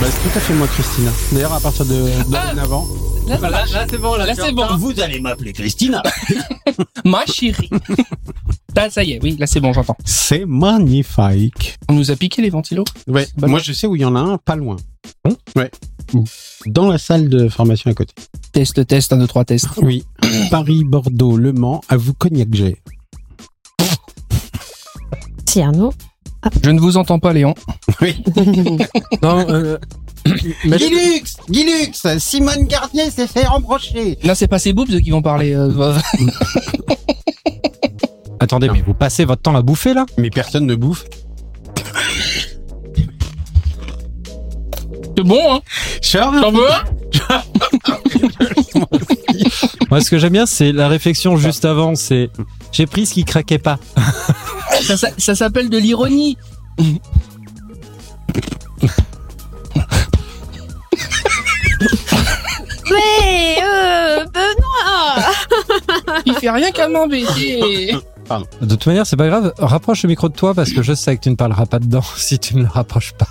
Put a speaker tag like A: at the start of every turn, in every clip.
A: Bah, Tout à fait moi, Christina. D'ailleurs, à partir de dorénavant,
B: Là, ça
C: Là,
B: marche.
C: là, c'est bon, là,
B: Là,
C: tu
B: c'est
C: entends,
B: bon.
C: Vous allez m'appeler Christina.
B: Ma chérie. Là, ça y est, oui, là c'est bon, j'entends.
A: c'est magnifique.
B: On nous a piqué les ventilos.
A: Ouais.
B: Bah,
A: moi, je sais où il y en a un, pas loin.
C: Bon.
A: Ouais. Dans la salle de formation à côté.
B: Test, test, 1, 2, 3, test.
A: Oui. Paris, Bordeaux, Le Mans, à vous cognac j'ai.
D: Si Arnaud.
B: Je ne vous entends pas, Léon.
E: Non, euh,
A: Bah,
E: mais-
A: Guilux Guilux Simone Garnier s'est fait embrocher
B: Là, c'est pas ces boobs qui vont parler. euh,
E: attendez, mais vous passez votre temps à bouffer là
A: Mais personne ne bouffe.
B: C'est bon, hein
A: Charles
B: T'en veux un
E: Moi, ce que j'aime bien, c'est la réflexion juste avant. C'est j'ai pris ce qui craquait pas.
B: Ça, ça- ça s'appelle de l'ironie.
D: Mais euh, Benoît
B: Il fait rien qu'à m'embêter.
E: De toute manière, c'est pas grave. Rapproche le micro de toi parce que je sais que tu ne parleras pas dedans si tu ne le rapproches pas.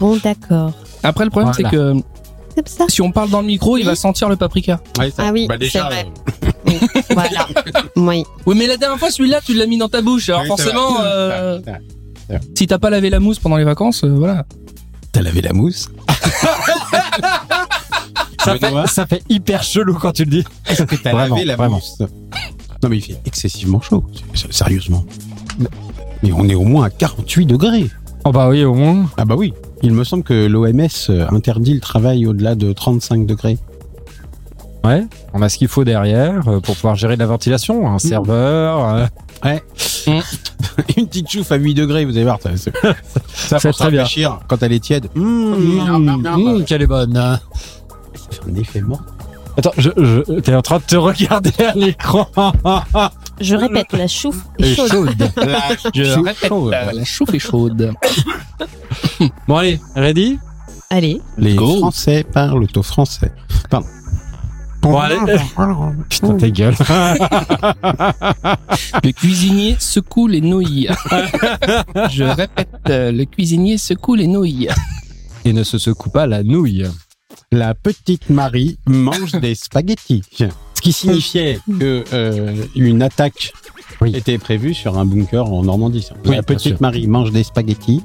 D: Bon, d'accord.
B: Après, le problème,
E: Voilà.
B: c'est que euh,
D: Comme ça.
B: si on parle dans le micro, il va sentir le paprika.
A: Ouais, ça-
D: Ah oui,
A: bah déjà,
D: c'est vrai. Voilà. Oui.
B: Oui, mais la dernière fois, celui-là, tu l'as mis dans ta bouche. Alors,
A: Oui, c'est
B: forcément,
A: vrai.
B: euh,
A: Ah,
B: si t'as pas lavé la mousse pendant les vacances, euh, voilà.
A: T'as lavé la mousse
E: Ça
A: Benoît
E: fait, ça fait hyper chelou quand tu le dis.
A: Est-ce que t'as
E: Vraiment,
A: lavé la
E: vraiment.
A: mousse Non mais il fait excessivement chaud, s- sérieusement. Mais on est au moins à 48 degrés.
E: Oh bah oui, au moins.
A: Ah bah oui, il me semble que l'OMS euh, interdit le travail au-delà de 35 degrés.
E: Ouais. On a ce qu'il faut derrière euh, pour pouvoir gérer la ventilation, un serveur. euh,
A: Une petite chouffe à 8 degrés, vous allez voir, ça, ça, ça pour
E: C'est
A: se
E: très bien.
A: rafraîchir quand elle est tiède. Mmh,
E: Mmh, qu'elle est bonne.
A: ça fait un effet mort.
E: Attends, je, je- t'es en train de te regarder à l'écran.
D: Je répète, la chouffe
A: Et
E: Euh,
D: est chaude.
A: Chou- chaude.
B: Euh, la chouffe est chaude.
E: Bon allez, ready
D: Allez.
A: Les
B: Go.
A: Français parlent au français. Pardon.
E: Bon allez. Putain, ta gueule.
B: Le cuisinier secoue les nouilles. Je répète, euh, le cuisinier secoue les nouilles.
E: Et ne se secoue pas la nouille.
A: La petite Marie mange des spaghettis. Ce qui signifiait que euh, une attaque
E: Oui.
A: était prévue sur un bunker en Normandie. ça.
E: Oui,
A: la
E: bien
A: petite
E: sûr.
A: Marie mange des spaghettis.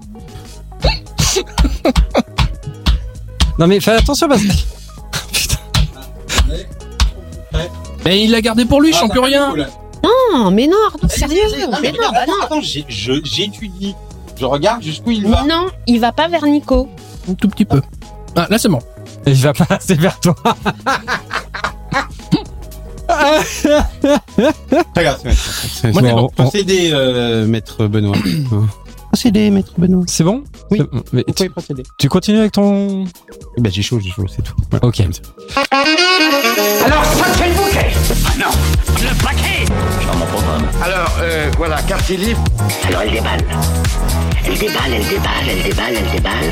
E: Non mais fais attention parce que.
B: Mais il l'a gardé pour lui, je chante plus rien.
D: Non, mais non, Arnaud, sérieux. Mais non, bah non.
A: j'étudie. Je regarde jusqu'où il
D: Non, il va pas vers Nico.
B: Un tout petit peu. Ah, là c'est bon.
E: Il va pas passer vers toi.
A: C'est
E: Moi, c'est bon.
A: Procédez, euh, maître Benoît. procédez, maître Benoît.
E: C'est bon
A: Oui.
E: C'est bon. Mais
A: Vous
E: tu,
A: pouvez procéder.
E: tu continues avec ton.
A: Eh ben, j'ai chaud, j'ai chaud, c'est tout. Voilà.
E: Ok.
F: Alors, ça c'est le bouquet Ah non, le paquet
G: Alors, euh, voilà, quartier libre.
F: Alors, elle déballe. Elle déballe, elle déballe, elle déballe, elle déballe.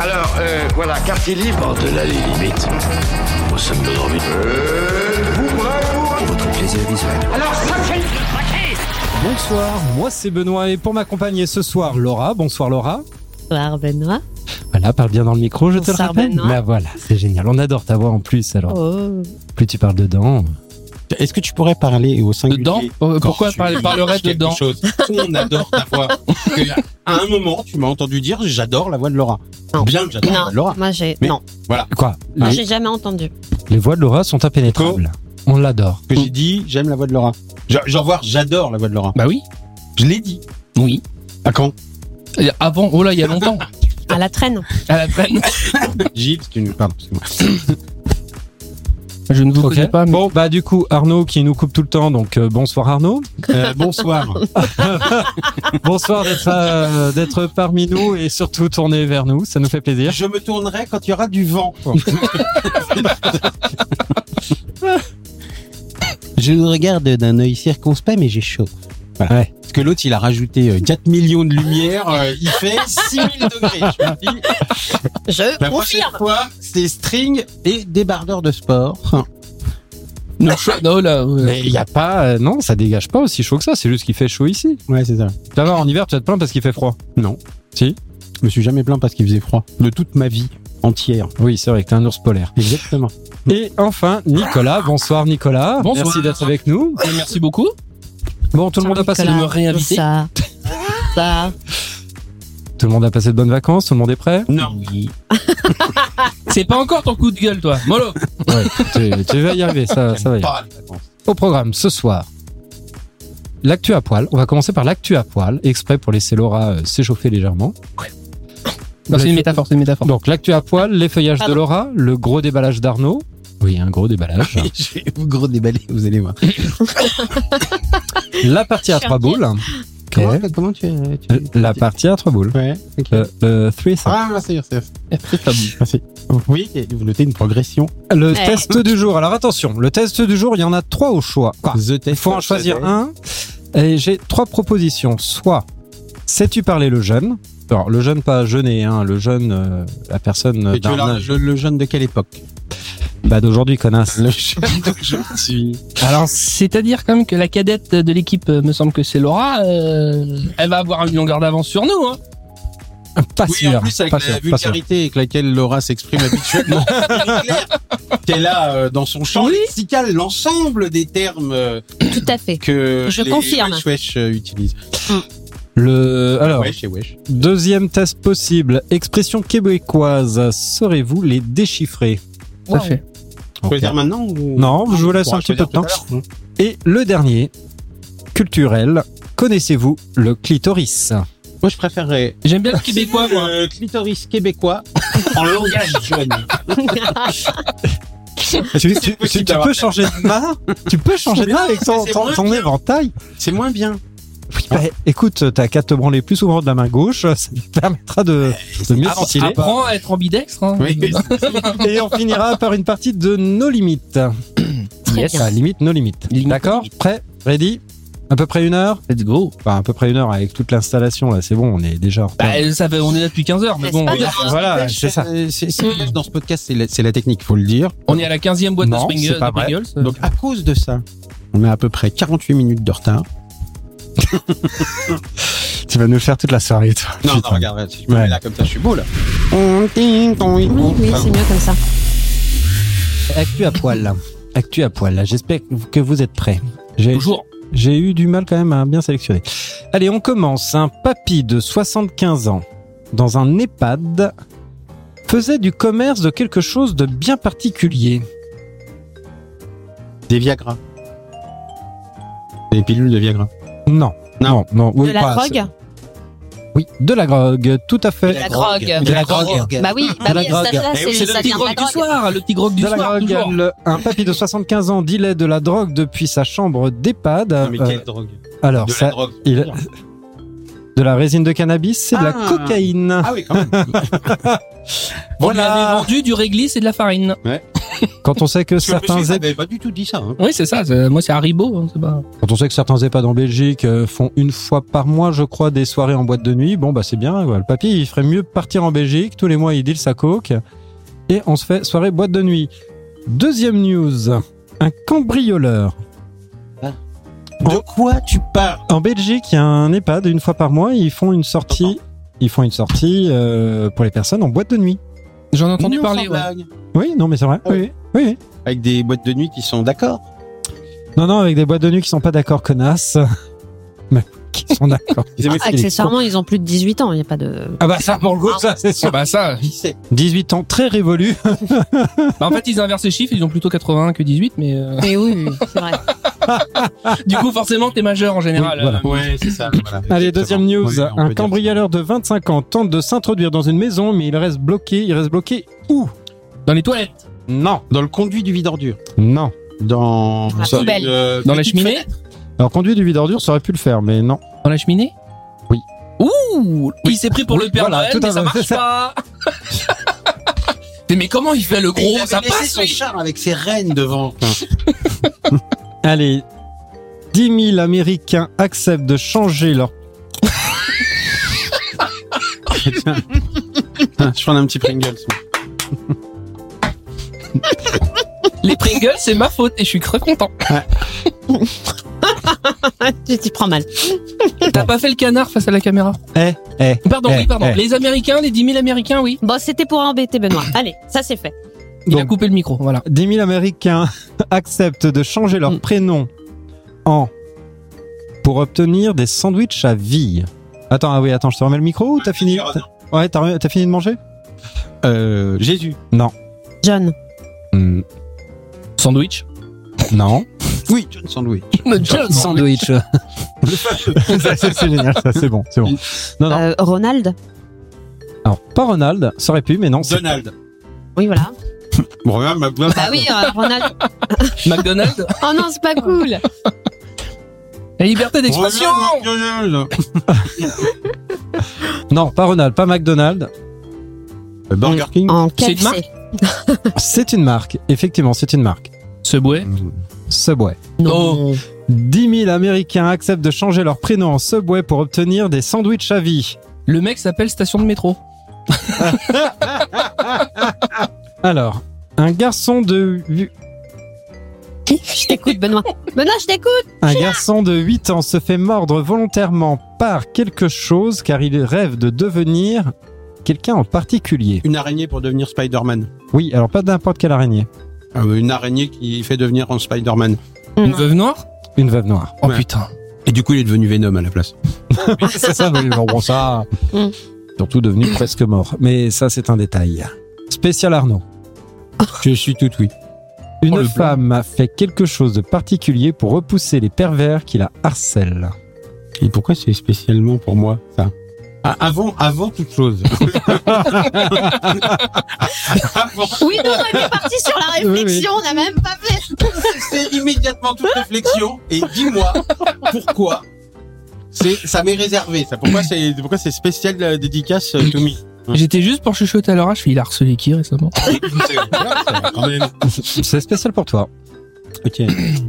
G: Alors, euh, voilà, quartier libre.
H: Par-delà les limites, au sommet de l'orbite. Pour votre plaisir visuel.
F: Alors, ça c'est le paquet
E: Bonsoir, moi c'est Benoît et pour m'accompagner ce soir, Laura. Bonsoir Laura.
D: Bonsoir, Benoît.
E: Voilà, parle bien dans le micro, je te le
D: Bonsoir,
E: rappelle.
D: Benoît.
E: Bah voilà, c'est génial. On adore ta voix en plus, alors
D: Oh.
E: plus tu parles dedans.
A: Est-ce que tu pourrais parler au singulier
B: Dedans Euh, Pourquoi
A: Quand
B: parler-
A: tu
B: parlerait
A: dis quelque
B: dedans
A: chose. On adore ta voix. Parce que À un moment, tu m'as entendu dire j'adore la voix de Laura.
D: Non.
A: Bien que j'adore la
D: Non,
A: voix de Ah, Laura.
D: moi j'ai.
A: Mais-
D: Non,
E: Quoi
D: moi
A: Ah oui.
D: j'ai jamais entendu.
E: Les voix de Laura sont impénétrables. On l'adore.
A: Que j'ai dit j'aime la voix de Laura. Je- Genre voir j'adore la voix de Laura.
B: Bah oui.
A: Je l'ai dit.
B: Oui.
A: À quand
B: Et Avant, oh là, il y a longtemps.
D: À la traîne.
B: À la traîne.
A: Gilles, tu nous parles. c'est moi.
B: Je ne vous
E: Ok.
B: connais pas, mais
E: Bon, bah du coup, Arnaud qui nous coupe tout le temps, donc euh, bonsoir Arnaud.
A: Euh, bonsoir.
E: Bonsoir d'être euh, d'être parmi nous et surtout tourné vers nous, ça nous fait plaisir.
A: Je me tournerai quand il y aura du vent. Je vous regarde d'un œil circonspect, mais j'ai chaud. Voilà.
E: Ouais.
A: Parce que l'autre, il a rajouté euh, 4 millions de lumières, euh, il fait 6000 degrés. Je me dis,
D: Je
A: La prochaine
D: confirme.
A: fois, c'est string et débardeur de sport.
B: non, je- non, là, ouais.
E: Mais il n'y a pas, euh, non, ça dégage pas aussi chaud que ça, c'est juste qu'il fait chaud ici.
A: Ouais, c'est ça.
E: Tu vas voir, en hiver, tu vas te plaindre parce qu'il fait froid.
A: Non.
E: Si
A: Je me suis jamais plaint parce qu'il faisait froid. De toute ma vie entière.
E: Oui, c'est vrai que t'es un ours polaire.
A: Exactement.
E: Et enfin, Nicolas. Bonsoir, Nicolas.
B: Bonsoir.
E: Merci d'être avec nous.
B: Et Merci beaucoup.
E: Bon, tout le monde a passé.
B: Nicolas. me réinviter
D: Ça. Ça.
E: Tout le monde a passé de bonnes vacances. Tout le monde est prêt.
A: Non.
B: C'est pas encore ton coup de gueule, toi. Molo.
E: Ouais, tu, tu vas y arriver, ça, ça va y arriver. Au programme ce soir, l'actu à poil. On va commencer par l'actu à poil, exprès pour laisser Laura euh, s'échauffer légèrement.
B: Non, c'est une métaphore, c'est une métaphore.
E: Donc l'actu à poil, les feuillages de
D: Pardon.
E: Laura, le gros déballage d'Arnaud. Oui, un gros déballage.
A: Je vais vous gros déballer, vous allez voir.
E: la partie à trois boules.
A: Comment,
E: Ok.
A: comment tu, tu-
E: Euh, La partie à trois boules.
A: Ouais, ok.
E: Euh, euh, three sets.
A: Ah, merci, merci.
B: C'est pas bon.
A: merci. Vous voyez, vous notez une progression.
E: Ah, Le
D: Ouais.
E: test du jour. Alors attention, le test du jour, il y en a trois au choix. Quoi
A: The
E: Il
A: test.
E: faut en choisir un. Et j'ai trois propositions. Soit sais-tu parler le jeune Alors le jeune pas jeûner, hein, le jeune, euh, la personne euh,
A: Et tu veux
E: d'un
A: leur-
E: âge.
A: le, le jeune de quelle époque
E: Bah d'aujourd'hui connasse.
A: Le jeune d'aujourd'hui.
B: Alors, c'est-à-dire quand même que la cadette de l'équipe, euh, me semble que c'est Laura, euh, elle va avoir une longueur d'avance sur nous. Hein.
E: Pas
A: Oui,
E: sûr.
A: en plus avec
E: pas
A: la
E: sûr, pas sûr.
A: vulgarité avec laquelle Laura s'exprime habituellement, c'est clair qu'elle là euh, dans son champ
B: Oui.
A: lexical l'ensemble des termes euh,
D: Tout à fait.
A: que
D: Je
A: les
D: confirme.
A: Wesh Wesh euh, utilisent.
E: Le alors
A: Wesh et Wesh.
E: deuxième test possible. Expression québécoise. Saurez-vous les déchiffrer
B: Tout à fait.
A: Choisir maintenant ou... Ah,
E: Non, je vous laisse
A: On
E: un petit peu
A: pourra
E: de temps.
A: choisir tout à l'heure.
E: Et le dernier culturel. Connaissez-vous le clitoris
A: Moi, je préférerais
B: J'aime bien le québécois, moi.
A: le clitoris québécois en langage jeune.
E: Tu,
A: c'est
E: tu-
A: possible
E: tu- tu
A: d'avoir-
E: peux changer de main Tu peux changer de main avec ton,
A: C'est
E: ton-
A: moins
E: ton
A: bien.
E: éventail
A: C'est moins bien.
E: Oui, bah, écoute, t'as qu'à te branler plus souvent de la main gauche, ça te permettra de, de mieux
B: Apprends-
E: filer.
B: Apprends à être ambidextre. Hein.
A: Oui.
E: Et on finira par une partie de nos limites.
D: Très bien.
E: Ah, limite, nos limites.
B: Limite,
E: D'accord Prêt Ready À peu près une heure
B: Let's go.
E: Enfin, à peu près une heure avec toute l'installation, là, c'est bon, on est déjà en retard.
B: Bah, ça fait, on est là depuis 15 heures, mais bon,
D: N'est-ce pas,
B: on-
D: Laurent
E: voilà, c'est ça.
A: Euh, Ah, c'est- c'est- Dans ce podcast, c'est la, c'est la technique, faut le dire.
B: on est à la 15e boîte de
E: Non,
B: Spring-
E: c'est pas
B: de
E: vrai.
B: Pringles.
A: Donc, à cause de ça, on a à peu près 48 minutes de retard.
E: Tu vas nous le faire toute la soirée, toi.
A: Non, non,
E: Putain.
A: regarde, si je me
E: Ouais.
A: mets là comme ça, je suis beau là.
D: Oui, oui, c'est mieux comme ça.
E: Actu à poil, là. Actu à poil, là. J'espère que vous êtes prêts. J'ai-
B: Toujours.
E: J'ai eu du mal quand même à bien sélectionner. Allez, on commence. Un papy de 75 ans dans un EHPAD faisait du commerce de quelque chose de bien particulier.
A: Des Viagra. Des pilules de Viagra.
E: Non. Non, non. oui,
D: De la
E: pas-
D: drogue
E: Oui, de la drogue, tout à fait.
D: De la drogue.
E: Ah, De la drogue.
D: Bah oui, bah oui,
E: la
D: à cet
E: drogue.
D: âge-là,
B: Eh oui,
D: c'est
B: C'est le
D: ça
B: petit
D: vient de
B: grog
D: la
B: du
D: drogue.
B: soir, le petit grog du
E: De la
B: soir.
E: drogue.
B: toujours.
E: Le- un papy de 75 ans dilait de la drogue depuis sa chambre d'EHPAD.
A: mais
E: Euh,
A: quelle drogue
E: alors,
A: De
E: ça-
A: la drogue.
E: il- de la résine de cannabis, c'est de la
A: Ah.
E: cocaïne.
A: Ah oui, quand même.
B: On lui
E: Voilà.
B: avait vendu du réglisse et de la farine.
E: Quand on sait que
A: Parce que le
E: certains
A: monsieur n'avait pas du tout dit ça. hein.
B: Oui, c'est ça. c'est- Moi, c'est Haribo. hein, c'est pas...
E: Quand on sait que certains EHPAD en Belgique euh, font une fois par mois, je crois, des soirées en boîte de nuit, bon bah c'est bien. quoi. Le papy, il ferait mieux de partir en Belgique. Tous les mois, il deal sa coke et on se fait soirée boîte de nuit. Deuxième news un cambrioleur.
A: De quoi tu parles
E: En Belgique, il y a un EHPAD une fois par mois. Ils font une sortie. Ils font une sortie euh, pour les personnes en boîte de nuit.
B: J'en ai entendu
A: Non,
B: parler.
A: sans
E: bah.
B: ouais.
A: blague.
E: Oui, non, mais c'est vrai.
A: Ah
E: oui, oui. oui.
A: Avec des boîtes de nuit qui sont d'accord.
E: Non, non, avec des boîtes de nuit qui sont pas d'accord, connasse. Mais qui sont d'accord.
A: Ils aimaient-
D: Accessoirement, ils ont plus de 18 ans, il n'y a pas de...
E: ah bah ça, pour le coup, ça c'est
B: Ah
E: sûr.
B: bah ça.
A: Qui sait
E: 18 ans très révolu.
B: Bah, en fait, ils inversent les chiffres. Ils ont plutôt 81 que 18, mais euh,
D: Mais oui, oui, c'est vrai.
B: du coup, forcément, t'es majeur en général.
A: Ah
E: Oui, voilà.
A: Ouais, c'est ça. voilà.
E: Allez,
A: Exactement.
E: deuxième news.
A: Oui, on peut
E: un
A: dire
E: cambrioleur de 25 ans tente de s'introduire dans une maison, mais il reste bloqué. Il reste bloqué où
B: Euh, Dans les toilettes,
E: Non.
A: ça. Dans le conduit du vide ordure.
E: Non.
A: Dans
D: La
A: sur une,
D: poubelle.
A: euh,
B: dans la
A: petite
B: cheminée,
E: Alors, conduit du vide ordure, ça aurait pu le faire, mais non.
B: dans la cheminée.
E: Oui.
B: Ouh, il s'est pris pour
E: Oui,
B: le père
E: voilà,
B: Noël,
E: tout à
B: mais ça
E: fait,
B: marche
E: c'est
B: pas. mais, mais comment il fait le
A: fenêtre.
B: gros
A: Il avait
B: Ça
A: laissé
B: passe.
A: son
B: lui.
A: char avec ses rênes devant.
E: Allez. 10 000 Américains acceptent de changer leur.
A: Ah, Je prends un petit Pringles.
B: Les Pringles, c'est ma faute et je suis très content.
D: Tu t'y prends mal.
B: T'as pas fait le canard face à la caméra
E: Eh, eh.
B: Pardon,
E: Eh,
B: oui, pardon.
E: eh.
B: Les Américains, les 10 000 Américains, oui.
D: Bon, c'était pour embêter Benoît. Allez, ça c'est fait.
B: Il a
E: Donc-
B: coupé le micro, voilà.
E: 10 000 Américains acceptent de changer leur
B: Mm.
E: prénom en pour obtenir des sandwichs à vie. Attends, ah oui, attends, je te remets le micro ou t'as fini t'as- Ouais, t'as re- t'as fini de manger
A: Euh, Jésus.
D: John.
E: Mm,
B: Sandwich
E: Non.
A: Oui, John Sandwich.
B: John
E: Sandwich. Ça, c'est c'est génial, ça, c'est bon, c'est bon. Non, non.
D: Euh, Ronald.
E: Alors, pas Ronald, ça aurait pu, mais non. c'est-
A: Donald.
D: Oui, voilà.
A: Bon, regarde, ma blague.
D: Bah oui, euh, Ronald.
B: McDonald's
D: Oh non, c'est pas cool.
B: La liberté d'expression
A: Regarde, Donald.
E: Non, pas Ronald, pas McDonald.
A: Euh, Burger King.
D: En
B: C'est une
D: KFC.
E: C'est une marque, effectivement, c'est une marque.
B: Subway
E: Subway.
B: Non.
D: Oh.
E: 10 000 Américains acceptent de changer leur prénom en Subway pour obtenir des sandwichs à vie.
B: Le mec s'appelle station de métro.
E: Alors, un garçon de hu-
D: Je t'écoute, Benoît. Benoît, je t'écoute.
E: un garçon de 8 ans se fait mordre volontairement par quelque chose car il rêve de devenir quelqu'un en particulier.
A: Une araignée pour devenir Spider-Man.
E: Oui, alors pas n'importe quelle araignée,
A: Euh, une araignée qui fait devenir un Spider-Man.
B: Une veuve noire
E: une veuve noire.
B: Oh
A: Ouais.
B: putain.
A: Et du coup, il est devenu Venom à la place.
E: c'est ça, mais bon, bon, ça.
D: Mm.
E: Surtout devenu presque mort. Mais ça, c'est un détail. Spécial Arnaud.
A: Je suis tout oui.
E: Une
B: Oh, le blanc.
E: femme a fait quelque chose de particulier pour repousser les pervers qui la harcèlent.
A: Et pourquoi c'est spécialement pour moi, ça Ah, Avant, avant toute chose. Avant-
D: Oui, nous, on est parti sur la
E: Oui, oui.
D: réflexion. On n'a même pas fait.
A: c'est immédiatement toute réflexion et dis-moi pourquoi c'est ça m'est réservé ça pourquoi c'est pourquoi c'est spécial euh, dédicace euh, to me
B: J'étais juste pour chuchoter à leur âge, il a harcelé qui récemment
E: C'est spécial pour toi.
A: ok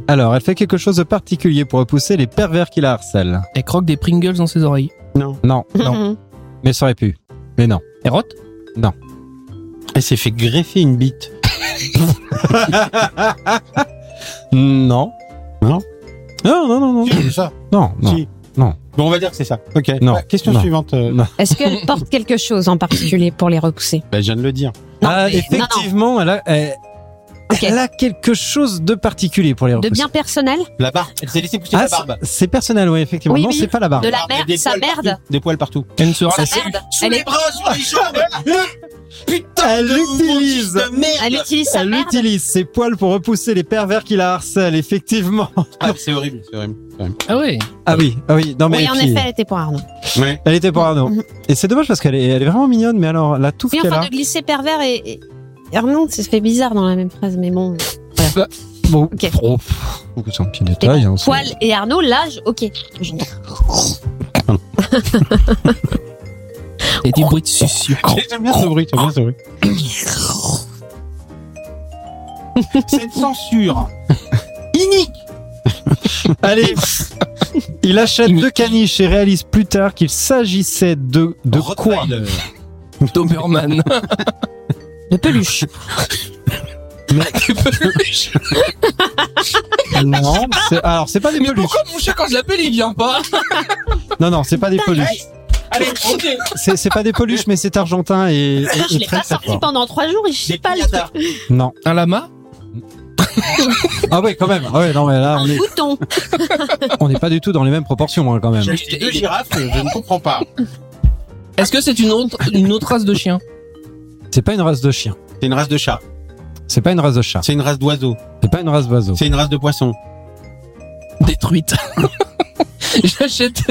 E: Alors, elle fait quelque chose de particulier pour repousser les pervers qui la harcèlent.
B: Elle croque des Pringles dans ses oreilles.
E: Non,
D: Mm-hmm.
E: non, mais ça aurait pu. Mais non.
B: Elle rote
A: elle s'est fait greffer une bite
E: Non.
A: Non.
E: Non, non, non, non.
A: c'est ça
E: Non, non.
A: Si.
E: non.
A: bon on va dire que c'est ça ok
E: Non.
A: Bah, question
E: Non.
A: suivante euh,
E: Non.
D: Est-ce qu'elle porte quelque chose en particulier pour les repousser
A: bah, je viens de le dire
D: Non, mais- non,
E: Ah,
D: non.
E: effectivement, Elle, a, elle-
D: Ok.
E: elle a quelque chose de particulier pour les
D: De
E: repousser.
D: bien personnel
A: la barbe elle s'est laissée pousser
E: Ah,
A: la barbe
E: c'est- c'est personnel, oui, effectivement.
D: Oui,
E: non,
D: oui.
E: c'est pas la barbe.
D: De la
A: barbe et
D: merde,
A: des
D: sa
A: poils
D: merde.
A: partout, des poils partout
B: Elle ne sera
D: Sa merde.
A: sous
D: Elle,
A: les
D: est-
A: bras sur les jambes putain
E: Elle l'utilise.
A: de merde
D: elle utilise sa
E: Elle
D: merde.
E: utilise ses poils pour repousser les pervers qui la harcèlent, effectivement.
A: Ah, c'est horrible c'est horrible
B: Ah ouais
E: Ah oui, ah oui, non mais
D: Oui, en
E: puis-
D: effet, elle était pour Arnaud.
A: ouais
E: elle était pour Arnaud.
D: Mhm.
E: Et c'est dommage parce qu'elle est, elle est vraiment mignonne, mais alors la touffe
D: Oui,
E: qu'elle
D: enfin,
E: a.
D: de glisser pervers et, et- et Arnaud, ça se fait bizarre dans la même phrase, mais bon.
E: Bah, Bon,
D: Ok.
E: oh, pff, c'est un petit
D: Et
E: détail. hein, c'est-
D: poil et Arnaud, l'âge, ok. J'entends.
B: Il y a du bruit de succion.
A: J'aime bien ce bruit, j'aime bien ce bruit. Cette censure inique
E: Allez, il achète deux caniches et réalise plus tard qu'il s'agissait de de quoi
B: Doberman.
D: De peluche.
E: Non, c'est- alors c'est pas des
B: Mais
E: peluches.
B: pourquoi mon chat quand je l'appelle il vient pas
E: Non, non, c'est pas des peluches.
B: Allez, ok
E: C'est c'est pas des peluches, mais c'est argentin et, et-
D: Putain, je
E: et
D: l'ai
E: très,
D: pas
E: très
D: sorti
E: fort.
D: pendant trois jours et je sais
A: Des
D: pas le
A: piñatas.
D: truc.
E: Non.
B: Un lama
E: Ah ouais, quand même. Ah ouais, non mais là on
D: Un
E: est
D: bouton.
E: on n'est pas du tout dans les mêmes proportions hein, quand même.
A: J'ai acheté deux girafes, je ne comprends pas.
B: Est-ce que c'est une autre, une autre race de chien
E: C'est pas une race de chien.
A: C'est une race de chat,
E: C'est pas une race de chat.
A: c'est une race d'oiseau,
E: C'est pas une race d'oiseau.
A: c'est une race de poisson.
B: Détruite. J'achète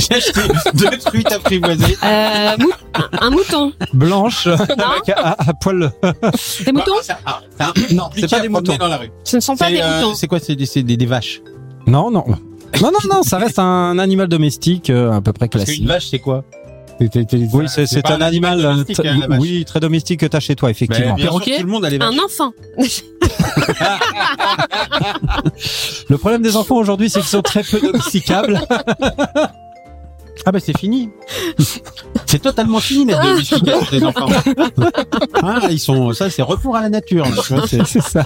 A: J'ai acheté deux truites apprivoisées.
D: Euh, mou- un- un mouton.
E: blanche
D: Non,
E: avec- à, à poil. Bah,
D: des moutons
A: Ah, ça- ah, c'est un peu compliqué
E: pas
A: à promener
E: des moutons.
A: dans la rue.
D: Ce ne sont pas
A: C'est
D: des
A: euh,
D: moutons.
A: c'est quoi C'est des, c'est des- des vaches.
E: Non, non. Non, non, non, ça reste un animal domestique euh, à peu près
A: Parce qu'une
E: classique.
A: vache, c'est quoi
E: Oui, c'est c'est
A: pas
E: un animal, euh,
A: domestique,
E: t-
A: hein, la vache.
E: oui, très domestique que t'as chez toi,
A: Bah,
E: effectivement.
A: bien sûr,
B: Perroquet
A: tout le
E: euh,
A: monde a les vaches.
D: Un enfant.
E: Le problème des enfants aujourd'hui, c'est qu'ils sont très peu domesticables.
A: Ah bah c'est fini. c'est totalement fini
D: Ah.
A: la domestication des enfants. hein, Ah, ils sont, ça c'est recours à la nature. là, tu vois, c'est-
E: c'est ça.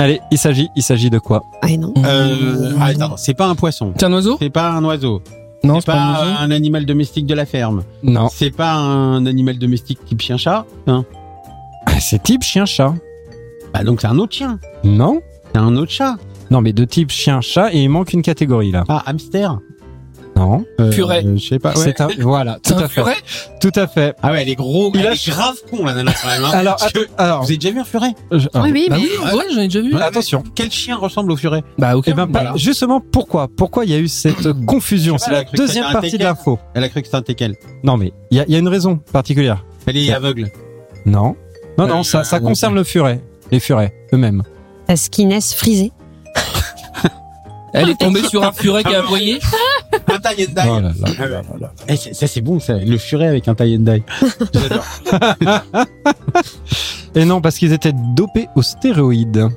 E: Allez, il s'agit, il s'agit de quoi
D: Ah non.
A: Euh, ah, attends, c'est pas un poisson.
B: C'est un oiseau
A: C'est pas un oiseau.
B: Non,
A: C'est pas un animal domestique de la ferme.
E: Non.
A: C'est pas un animal domestique type chien-chat. hein.
E: C'est type chien-chat.
A: Bah donc c'est un autre chien.
E: Non
A: C'est un autre chat.
E: Non, mais de type chien-chat, et il manque une catégorie là.
A: Ah, hamster.
E: Non.
A: Euh,
B: Furet.
A: Je sais pas. ouais.
E: C'est un- voilà, tout
B: C'est un
E: à fait.
B: furet
E: Tout à fait.
A: Ah ouais, elle est gros.
E: Il
A: elle
E: a-
A: est grave con la nana quand même. hein.
E: Alors,
A: Parce que-
E: att- alors,
A: Vous avez déjà vu un furet
E: je- alors,
D: Oui, oui,
B: Bah
D: mais.
B: oui, ouais, j'en ai déjà vu.
A: Ouais.
E: attention.
A: Quel chien ressemble au furet
B: Bah, ok.
E: Eh ben, pas-
B: Voilà.
E: justement, pourquoi Pourquoi il y a eu cette confusion
A: Je sais pas,
E: C'est la
A: elle a cru que c'était
E: deuxième
A: un
E: partie de
A: teckel.
E: l'info.
A: Elle a cru que c'était un teckel.
E: Non, mais il y, a- il y a une raison particulière.
A: Elle est
E: Ouais.
A: aveugle.
E: Non. Non, non,
A: Euh,
E: ça, ça
A: ouais.
E: concerne le furet. Les furets eux-mêmes.
D: La skinesse frisée.
B: Elle est tombée sur un furet qui a aboyé.
A: Un tie and die.
E: Oh là là.
A: Eh, c'est- ça c'est bon, ça. Le furet avec un tie and die. J'adore.
E: Et non, parce qu'ils étaient dopés aux stéroïdes.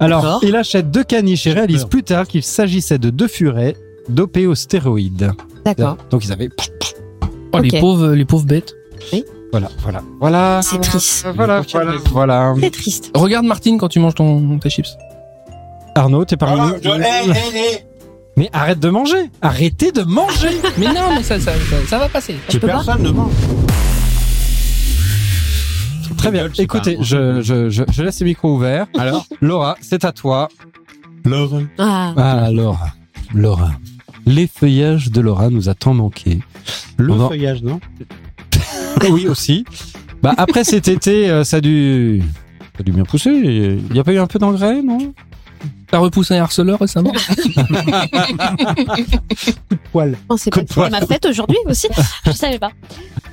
E: Alors,
D: D'accord.
E: il achète deux caniches et réalise
A: peur.
E: plus tard qu'il s'agissait de deux furets dopés aux stéroïdes.
D: D'accord.
E: Donc ils avaient.
B: Oh,
D: Ok.
B: les pauvres, les pauvres bêtes.
E: Voilà, voilà, voilà.
D: C'est triste.
E: Voilà, voilà, voilà.
D: C'est triste.
B: Regarde Martine quand tu manges ton, tes chips.
E: Arnaud, t'es parmi
A: Voilà,
E: nous.
A: je- eh, eh, eh.
E: Mais arrête de manger Arrêtez de manger
B: Mais non, mais ça, ça, ça, ça va passer.
A: Que Personne ne mange.
E: Très bien.
A: Je sais
E: Écoutez,
A: pas.
E: je, je, je, je laisse les micros ouverts.
A: Alors
E: Laura, c'est à toi.
A: Laura.
D: Ah.
E: Ah, Laura. Laura. Les feuillages de Laura nous a tant manqué.
A: Le
E: Pendant-
A: feuillage, non
E: Oui, aussi. Bah, après cet été, euh, ça a dû. Ça a dû bien pousser. Il n'y a pas eu un peu d'engrais, non
B: T'as repoussé un harceleur récemment
D: Non, Oh, c'est pas
E: Coupe pas.
D: c'est ma fête aujourd'hui aussi. Je savais pas.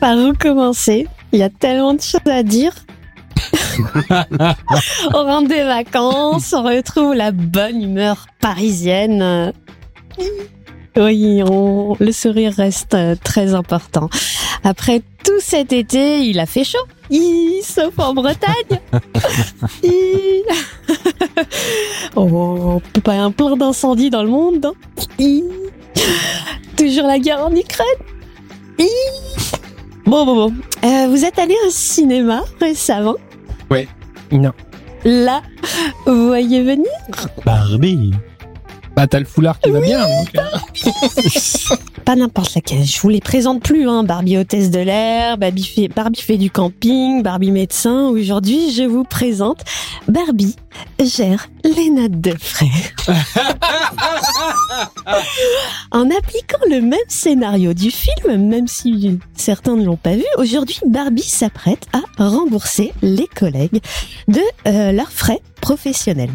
D: Par où commencer Il y a tellement de choses à dire. on rentre des vacances, on retrouve la bonne humeur parisienne. Oui, on- le sourire reste euh, très important. Après tout cet été, il a fait chaud. Hi, sauf en Bretagne. Hi. oh, pas un plein d'incendies dans le monde. hein. Hi. Toujours la guerre en Ukraine. Hi. Bon, bon, bon. Euh, vous êtes allé au cinéma récemment
A: Ouais.
B: Non.
D: Là, vous voyez venir
A: Barbie.
B: Bah, t'as le foulard qui va bien. donc, euh,
D: Pas n'importe laquelle. Je vous les présente plus. Hein. Barbie hôtesse de l'air, Barbie fait, Barbie fait du camping, Barbie médecin. Aujourd'hui, je vous présente Barbie gère les nattes de frais. en appliquant le même scénario du film, même si certains ne l'ont pas vu, aujourd'hui, Barbie s'apprête à rembourser les collègues de euh, leurs frais professionnels.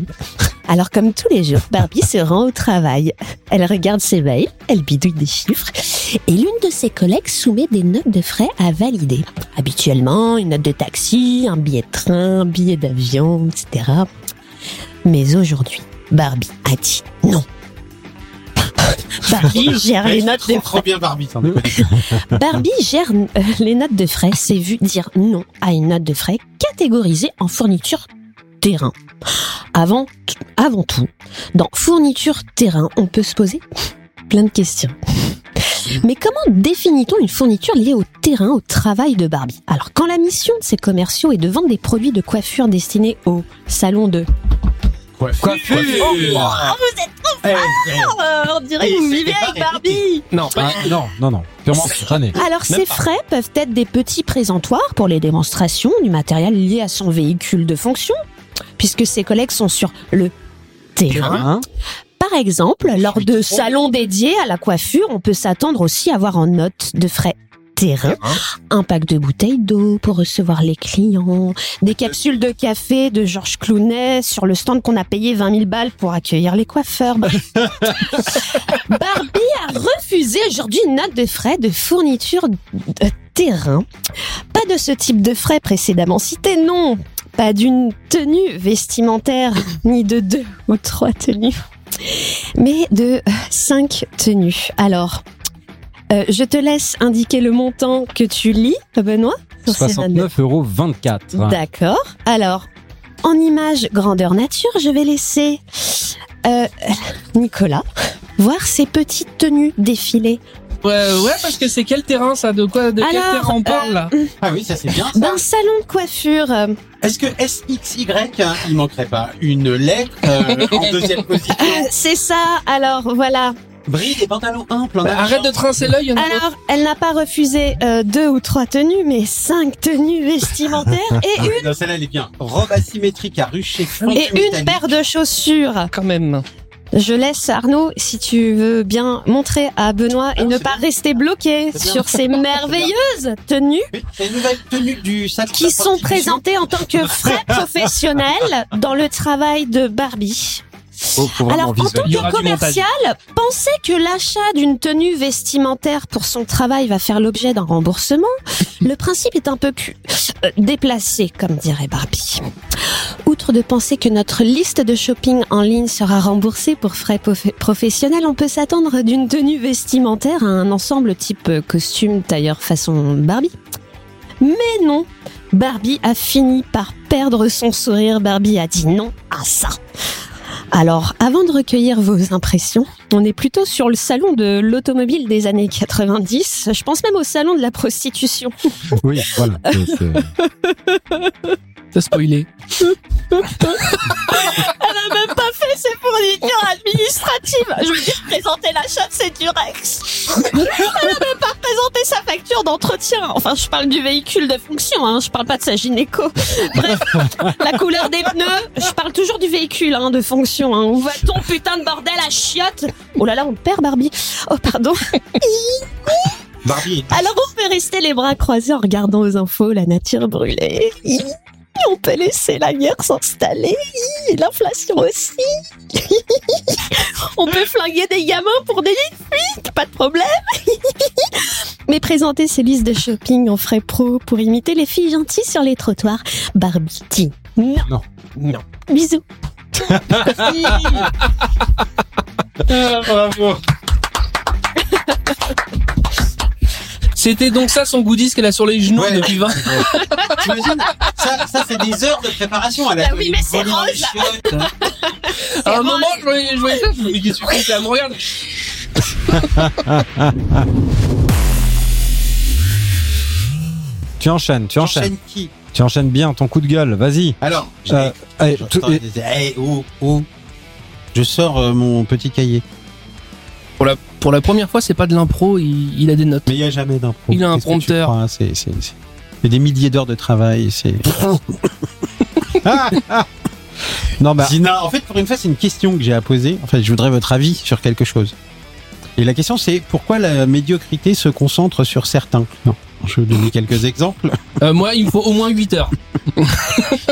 D: Alors comme tous les jours, Barbie se rend au travail. Elle regarde ses mails, elle bidouille des chiffres, et l'une de ses collègues soumet des notes de frais à valider. Habituellement, une note de taxi, un billet de train, un billet d'avion, etc. Mais aujourd'hui, Barbie a dit non. Barbie gère Ah, les notes de
A: Trop, trop bien Barbie, sans déconner.
D: Barbie gère euh, les notes de frais, s'est vu dire non à une note de frais catégorisée en fourniture terrain. Avant, t- avant tout, dans fourniture terrain, on peut se poser plein de questions. Mais comment définit-on une fourniture liée au terrain, au travail de Barbie Alors, quand la mission de ces commerciaux est de vendre des produits de coiffure destinés au salon de...
A: Coiffure. Oh, Eh, eh.
D: Oh, on dirait
A: Et
D: que vous
A: c'est
D: vivez avec
A: pareil.
D: Barbie
B: Non, pas-
E: Ah, Non, non, non. Purement spontané.
D: Alors, ces frais peuvent être des petits présentoirs pour les démonstrations du matériel lié à son véhicule de fonction, puisque ses collègues sont sur le terrain.
E: Hein
D: Par exemple, lors de salons dédiés à la coiffure, on peut s'attendre aussi à avoir en note de frais terrain, un pack de bouteilles d'eau pour recevoir les clients, des capsules de café de Georges Clounet sur le stand qu'on a payé 20 000 balles pour accueillir les coiffeurs. Bref. Barbie a refusé aujourd'hui une note de frais de fourniture de terrain. Pas de ce type de frais précédemment cité, non. Pas d'une tenue vestimentaire, ni de deux ou trois tenues, mais de euh, cinq tenues. Alors, euh, je te laisse indiquer le montant que tu lis, Benoît. sur ces notes de
E: 69,24 euros. Hein.
D: D'accord. Alors, en image grandeur nature, je vais laisser euh, Nicolas voir ses petites tenues défiler
B: Ouais, ouais, parce que c'est quel terrain ça De quoi De quel
D: Alors, euh,
B: terrain on parle là
A: Ah oui, ça c'est bien.
D: D'un salon de coiffure. euh,
A: Est-ce que SXY, hein, il manquerait pas une lettre euh, en deuxième position
D: C'est ça, alors voilà.
A: Brille des pantalons amples. en
B: Bah,
A: argent.
B: Arrête de trincer l'œil, il y en a d'autres.
D: Alors, elle n'a pas refusé euh, deux ou trois tenues, mais cinq tenues vestimentaires et une,
A: Ah Non, celle-là elle est bien. Robe asymétrique à rucher fondu
D: et une
A: métallique.
D: paire de chaussures.
B: quand même.
D: Je laisse Arnaud, si tu veux bien montrer à Benoît et
A: Ah,
D: ne
A: c'est
D: pas rester bloqué
A: C'est bien.
D: sur ces merveilleuses tenues
A: Oui, C'est une nouvelle tenue du sac de
D: qui
A: la
D: sont
A: prostitution.
D: présentées en tant que frais professionnels dans le travail de Barbie.
E: Oh, faut vraiment
D: Alors, en tant
E: visualiser.
B: Il y aura
D: que
B: du montage.
D: commercial, pensez que l'achat d'une tenue vestimentaire pour son travail va faire l'objet d'un remboursement. Le principe est un peu plus euh, déplacé, comme dirait Barbie. Outre de penser que notre liste de shopping en ligne sera remboursée pour frais pof- professionnels, on peut s'attendre d'une tenue vestimentaire à un ensemble type euh, costume, tailleur, façon Barbie. Mais non, Barbie a fini par perdre son sourire. Barbie a dit non à ça. Alors, avant de recueillir vos impressions, on est plutôt sur le salon de l'automobile des années 90. Je pense même au salon de la prostitution.
E: Oui, voilà. C'est- c'est-
B: T'as spoilé.
D: Elle a même pas fait ses fournitures administratives. Je veux dire, présenter l'achat de ses Durex. Elle a même pas représenté sa facture d'entretien. Enfin, je parle du véhicule de fonction, hein. je parle pas de sa gynéco. Bref, la couleur des pneus, je parle toujours du véhicule hein, de fonction. Hein. Où va-t-on, putain de bordel à chiottes Oh là là, on perd Barbie. Oh, pardon.
A: Barbie,
D: Alors on peut rester les bras croisés en regardant aux infos la nature brûler. On peut laisser la guerre s'installer, et l'inflation aussi. On peut flinguer des gamins pour des lits de fuite, pas de problème. Mais présenter ses listes de shopping en frais pro pour imiter les filles gentilles sur les trottoirs, Barbie dit non.
E: Non.
A: Non.
D: Bisous.
B: C'était donc ça son goodies qu'elle a sur les genoux
A: Ouais.
B: depuis 20
A: t'imagines Ça, ça c'est des heures de préparation. Elle a
D: Ah oui, mais c'est
A: volé dans les
D: rose, là.
A: chiottes, hein.
B: À un moment, je voyais, je voyais ça, je me disais, qu'est-ce que tu fais Elle me regarde.
E: Tu enchaînes, tu enchaînes.
A: J'enchaîne qui
E: Tu enchaînes bien ton coup de gueule, vas-y.
A: Alors, j'ai-
E: Euh, allez,
A: j'entends-
E: tout- et-
A: Hey, oh, oh. Je sors euh, mon petit cahier.
B: Pour la première fois, c'est pas de l'impro, il, il a des notes.
A: Mais il n'y a jamais d'impro.
B: Il a un
A: Qu'est-ce que tu
B: prompteur.
A: crois, hein C'est c'est- c'est- c'est des milliers d'heures de travail. C'est.
E: Non, bah,
A: Zina, en fait, pour une fois, c'est une question que j'ai à poser. En fait, je voudrais votre avis sur quelque chose. Et la question, c'est pourquoi la médiocrité se concentre sur certains Non, je vais vous donner quelques exemples.
B: Euh, moi, il me faut au moins 8 heures.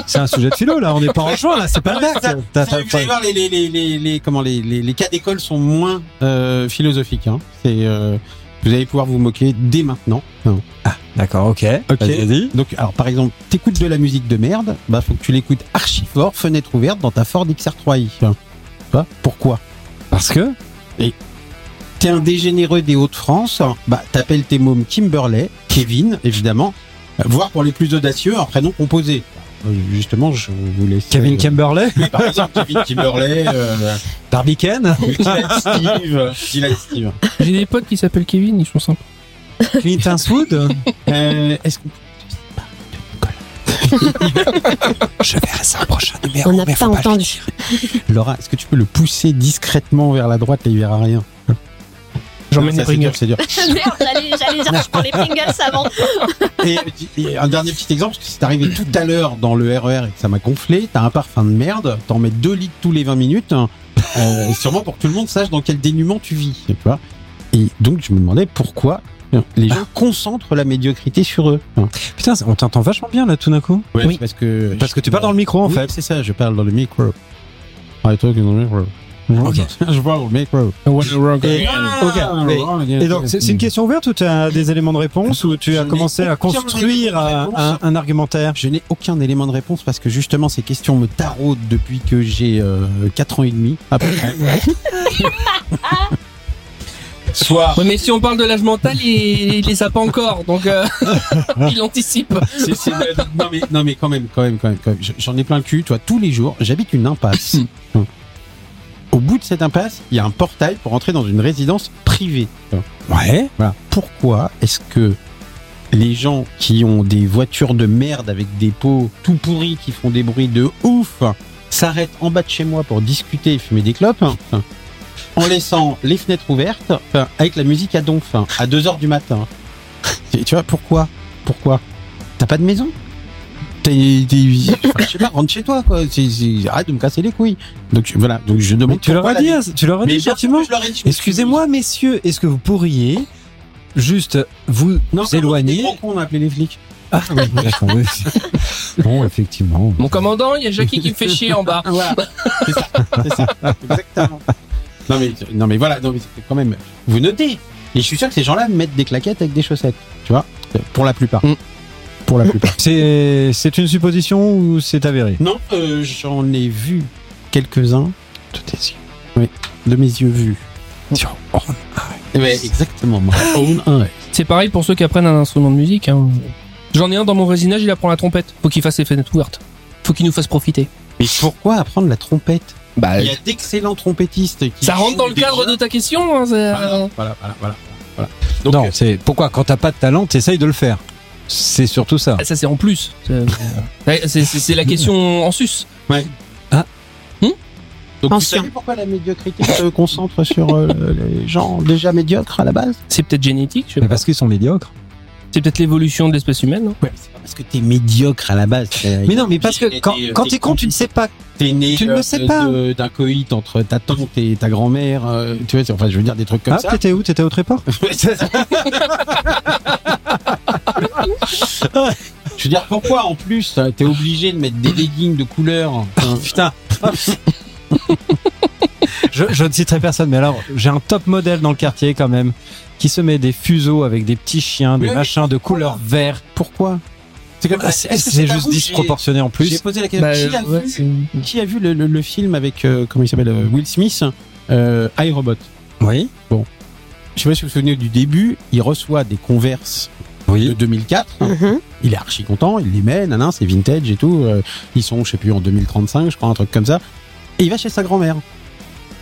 E: c'est un sujet de philo, là. On n'est pas en juin, là. C'est pas le bac.
A: Ça,
E: T'as-
A: vous
E: t'as-
A: allez voir, les, les, les, les, les- comment, les, les, les cas d'école sont moins euh, philosophiques. Hein. C'est, euh, vous allez pouvoir vous moquer dès maintenant. Non.
E: D'accord, ok.
A: Ok.
E: Vas-y, vas-y.
A: Donc, alors, par exemple, t'écoutes de la musique de merde, bah, faut que tu l'écoutes archi fort, fenêtre ouverte, dans ta Ford XR3i. Hein. Bah, pourquoi
E: Parce que.
A: T'es un dégénéreux des Hauts-de-France, bah t'appelles tes mômes Kimberley, Kevin, évidemment, euh, voire pour les plus audacieux, un prénom composé. Euh, Justement, je vous laisse.
E: Kevin
A: euh,
E: Kimberley
A: oui, par exemple, Kevin Kimberley, euh,
E: Barbie Ken
A: Dylan Steve, euh, Dylan Steve.
B: J'ai des potes qui s'appellent Kevin, ils sont sympas.
E: Clint Eastwood
A: Euh, Est-ce qu'on
E: Je verrai ça au prochain numéro.
D: On n'a
E: mais
D: pas
E: faut le
D: entendu.
E: dire.
A: Laura, est-ce que tu peux le pousser discrètement vers la droite et il verra rien
B: J'emmène
A: Ça,
B: les
A: c'est dur,
B: Pringles.
A: C'est dur.
D: Merde, j'allais j'allais dire je prends les Pringles avant.
A: Et, et un dernier petit exemple, parce que c'est arrivé tout à l'heure dans le RER et que ça m'a gonflé. T'as un parfum de merde, t'en mets deux litres tous les 20 minutes, hein, euh, sûrement pour que tout le monde sache dans quel dénuement tu vis. Tu vois et donc je me demandais pourquoi hein, les gens concentrent la médiocrité sur eux. hein.
E: Putain, on t'entend vachement bien, là, tout d'un coup.
A: oui, parce que
E: Parce que tu parles dans le micro, en
A: Oui,
E: fait.
A: c'est ça, je parle dans le micro. Ah, et toi, dans le micro.
E: Ok.
A: Je parle dans le micro.
E: Et, ok. Et- Et donc, c'est c'est une question ouverte ou tu as des éléments de réponse ou tu
A: Je
E: as
A: n'ai
E: commencé à
A: aucun
E: construire
A: élément de
E: un,
A: réponse.
E: un- un argumentaire
A: Je n'ai aucun élément de réponse parce que justement ces questions me taraudent depuis que j'ai 4 ans et demi. à peu près. Soit
B: Ouais, mais si on parle de l'âge mental, il, il les a pas encore, donc euh, il anticipe.
A: c'est- c'est- non, mais, non mais quand même, quand même, quand même, quand même. Je- J'en ai plein le cul, toi, tous les jours, j'habite une impasse. au bout de cette impasse, il y a un portail pour entrer dans une résidence privée.
E: Ouais.
A: Voilà. Pourquoi est-ce que les gens qui ont des voitures de merde avec des pots tout pourris qui font des bruits de ouf s'arrêtent en bas de chez moi pour discuter et fumer des clopes hein, en laissant les fenêtres ouvertes hein, avec la musique à donf hein, à 2 heures du matin Et Tu vois, pourquoi Pourquoi T'as pas de maison T'es- t'es- enfin, Je sais pas, rentre chez toi quoi. C'est- c'est- Arrête de me casser les couilles. Donc je- voilà, donc je demande.
E: Mais tu leur
A: pourquoi la
E: as dit, hein, tu leur
A: mais
E: as dit,
A: bien sûr
E: gentiment.
A: que je leur ai dit.
E: Excusez-moi, messieurs, est-ce que vous pourriez juste vous
A: Non, c'est
E: éloigner
A: On a appelé les flics.
E: Ah oui, d'accord, oui. Bon, effectivement.
B: Mon commandant, il y a Jackie qui me fait chier en bas.
A: C'est ça, c'est ça, exactement. Non mais, non mais voilà, non mais c'est quand même. Vous notez. Et je suis sûr que ces gens-là mettent des claquettes avec des chaussettes, tu vois, pour la plupart.
B: Mm.
A: Pour la plupart.
E: C'est c'est une supposition ou c'est avéré
A: Non, euh, j'en ai vu quelques-uns
E: De tes yeux.
A: de mes yeux vus.
E: Sur Horn
A: Ouais, exactement. my own eyes.
B: C'est pareil pour ceux qui apprennent un instrument de musique. hein. J'en ai un dans mon résinage, il apprend la trompette. Faut qu'il fasse les fenêtres ouvertes. Faut qu'il nous fasse profiter.
A: Mais pourquoi apprendre la trompette
B: Bah,
A: Il y a d'excellents trompettistes qui
B: ça rentre
A: jouent
B: dans le
A: déjà.
B: cadre de ta question. hein, c'est-
A: Voilà, voilà, voilà, voilà, voilà. Donc,
E: Non,
A: euh,
E: c'est pourquoi quand t'as pas de talent, t'essayes de le faire. C'est surtout ça.
B: Ah, Ça, c'est en plus. C'est- Ouais, C'est c'est- c'est la question en sus.
A: donc vous
D: Ancien.
A: savez pourquoi la médiocrité se concentre sur euh, les gens déjà médiocres à la base
B: C'est peut-être génétique, je sais
E: Mais
B: pas.
E: parce qu'ils sont médiocres.
B: C'est peut-être l'évolution de l'espèce humaine. hein.
A: Ouais, mais c'est pas parce que t'es médiocre à la base.
E: Mais non, mais parce que quand,
A: euh,
E: quand t'es con, tu ne sais pas.
A: t'es né,
E: tu ne le
A: euh,
E: sais
A: de-
E: pas.
A: de- d'un coït entre ta tante et ta grand-mère. euh, tu vois, c'est- enfin, je veux dire des trucs comme
E: Ah,
A: ça.
E: t'étais où T'étais au tréport
A: je veux dire pourquoi en plus euh, t'es obligé de mettre des leggings de couleur. hein Enfin,
E: Putain je, je ne citerai personne, mais alors j'ai un top modèle dans le quartier quand même qui se met des fuseaux avec des petits chiens, des
A: Mais oui,
E: machins de couleur vert.
A: pourquoi C'est comme-
E: Ah,
A: Est-ce
E: C'est
A: que
E: c'est
A: pas
E: juste
A: vous
E: disproportionné en
A: J'ai j'ai
E: plus.
A: posé la question.
B: Bah,
A: qui, a
B: ouais,
A: vu,
B: c'est-
A: qui a vu le, le- le film avec euh, comment il s'appelle euh, Will Smith euh, iRobot.
E: Oui,
A: Je sais pas si vous vous souvenez du début. Il reçoit des converses de
E: oui.
A: 2004.
D: Mhm.
A: Il est archi content, il les met, nanan, c'est vintage et tout. euh, ils sont, je sais plus, en 2035, je crois, un truc comme ça. Et il va chez sa grand-mère.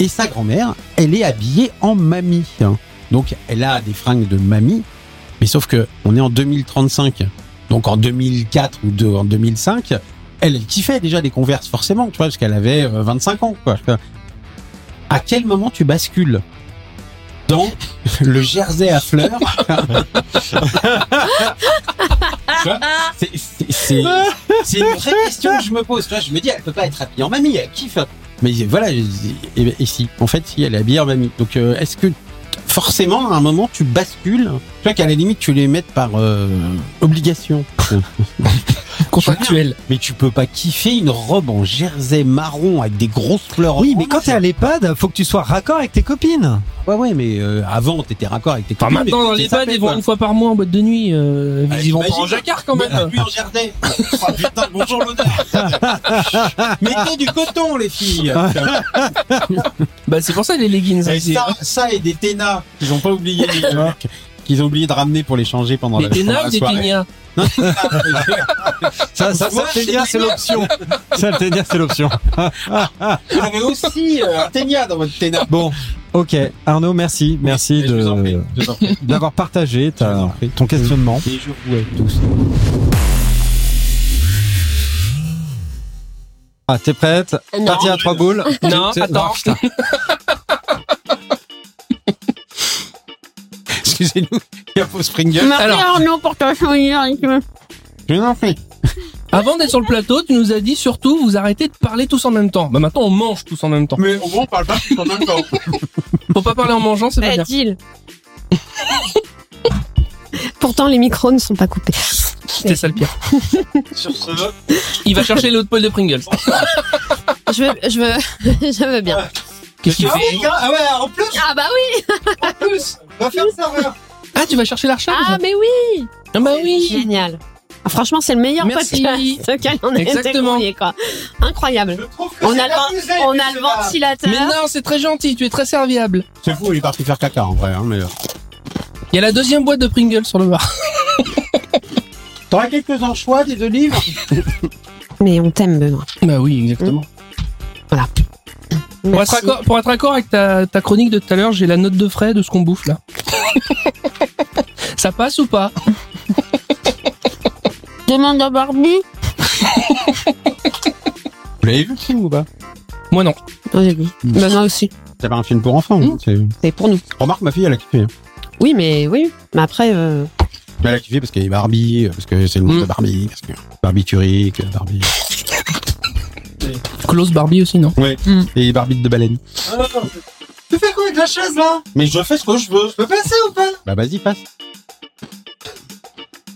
A: Et sa grand-mère, elle est habillée en mamie. hein. Donc, elle a des fringues de mamie. Mais sauf que on est en 2035. Donc, en 2004 ou de- en 2005, elle, elle kiffait déjà des converses, forcément, tu vois, parce qu'elle avait euh, 25 ans, quoi. À quel moment tu bascules dans le jersey à fleurs Tu vois, c'est- c'est- C'est c'est une vraie question que je me pose. Tu vois, je me dis, elle peut pas être habillée en mamie, elle kiffe. Mais voilà, et, ben, et si, en fait, si, elle est habillée en mamie. Donc, euh, est-ce que forcément, à un moment, tu bascules Tu vois qu'à la limite, tu les mets par euh, obligation.
B: Contractuel.
A: Mais tu peux pas kiffer une robe en jersey marron avec des grosses fleurs.
E: Oui,
A: orange.
E: mais quand t'es à l'EHPAD, faut que tu sois raccord avec tes copines.
A: Ouais, ouais, mais euh, avant, t'étais raccord avec tes
B: Enfin,
A: copines,
B: maintenant,
A: mais
B: dans
A: t'es
B: les pads,
A: sapé,
B: ils vont
A: quoi.
B: une fois par mois en boîte de nuit. euh,
A: Ah,
B: ils vont pas
A: t'imagines
B: en jacquard quand même.
A: Puis en jardin. Oh, putain, bonjour l'odeur. Mettez du coton, les filles.
B: Bah, c'est pour ça les leggings. hein,
A: Et
B: c'est-
A: ça, ça et des ténas qu'ils ont pas oublié les mecs, qu'ils ont oublié de ramener pour les changer pendant
B: Des
A: la, pendant
B: ténas
A: la
B: ou des
A: soirée.
B: ténias
E: Ah, Ça,
A: ça, ça, le ténia, c'est
E: l'option. Ça, le ténia, c'est l'option.
A: Vous avez aussi euh, un ténia dans votre téna.
E: Bon, ok. Arnaud, merci. Merci
A: Mais je vous en prie,
E: de
A: je vous en prie.
E: d'avoir partagé ta-
A: Je vous en prie.
E: ton questionnement.
A: Et je vous aime tous.
E: Ah, t'es prête
D: Non.
E: Partie à trois boules
B: Euh, Non,
E: Tu- tu-
B: attends.
E: Oh, putain.
A: Excusez-nous, il y a Faux Springer.
B: Alors.
D: Arnaud pour ta
A: Je vous en prie.
B: Avant d'être sur le plateau, tu nous as dit surtout vous arrêtez de parler tous en même temps. Bah maintenant on mange tous en même temps.
A: Mais au moins, on parle pas en même temps.
B: Faut pas parler en mangeant, c'est pas bien.
D: deal. Pourtant, les micros ne sont pas coupés.
B: C'était ça le pire.
A: Sur ce,
B: Il va chercher l'autre poil de Pringles.
D: Je veux, je veux, je veux bien.
B: Qu'est-ce qu'il fait
A: ah ouais, en plus,
D: Ah bah oui
A: on va faire ça. voilà.
B: Ah, tu vas chercher la recharge
D: Ah mais oui
B: Ah bah oui.
D: Génial Ah, Franchement, c'est le meilleur
B: Merci.
D: podcast auquel on a été
B: Exactement.
D: conviés, quoi. Incroyable
A: Je trouve que
D: On
A: c'est
D: a,
A: la
D: le,
A: musette,
D: on a le
A: celui-là.
D: ventilateur.
B: Mais non, c'est très gentil, tu es très serviable.
A: C'est fou, il est parti faire caca en vrai. Hein, mais...
B: Il y a la deuxième boîte de Pringles sur le bar.
A: T'aurais quelques anchois, des olives
D: Mais on t'aime, Benoît.
B: Bah oui, exactement. Pour
D: Mm. Merci.
B: être, accord, pour être accord avec ta, ta chronique de tout à l'heure, j'ai la note de frais de ce qu'on bouffe là. Ça passe ou pas
D: Demande à Barbie.
A: Vous l'avez vu le film ou pas
B: Moi non.
D: Oh, j'ai dit.
A: Mm.
D: Bah, moi aussi.
A: C'est pas un film pour enfants. hein,
D: Mm.
A: c'est-
D: C'est pour nous.
A: Remarque, ma fille, elle a kiffé. hein.
D: Oui, mais oui. Mais après, euh,
A: Elle a kiffé parce qu'elle est Barbie, euh, parce que c'est le monde
D: Hmm.
B: Mm.
A: de Barbie, parce que barbiturique, Barbie.
B: Close Barbie aussi, non
A: Ouais.
D: Mm.
A: Et Barbie de baleine. Oh. tu fais quoi avec la chaise là Mais je fais ce que je veux. Je peux passer ou pas Bah vas-y, passe.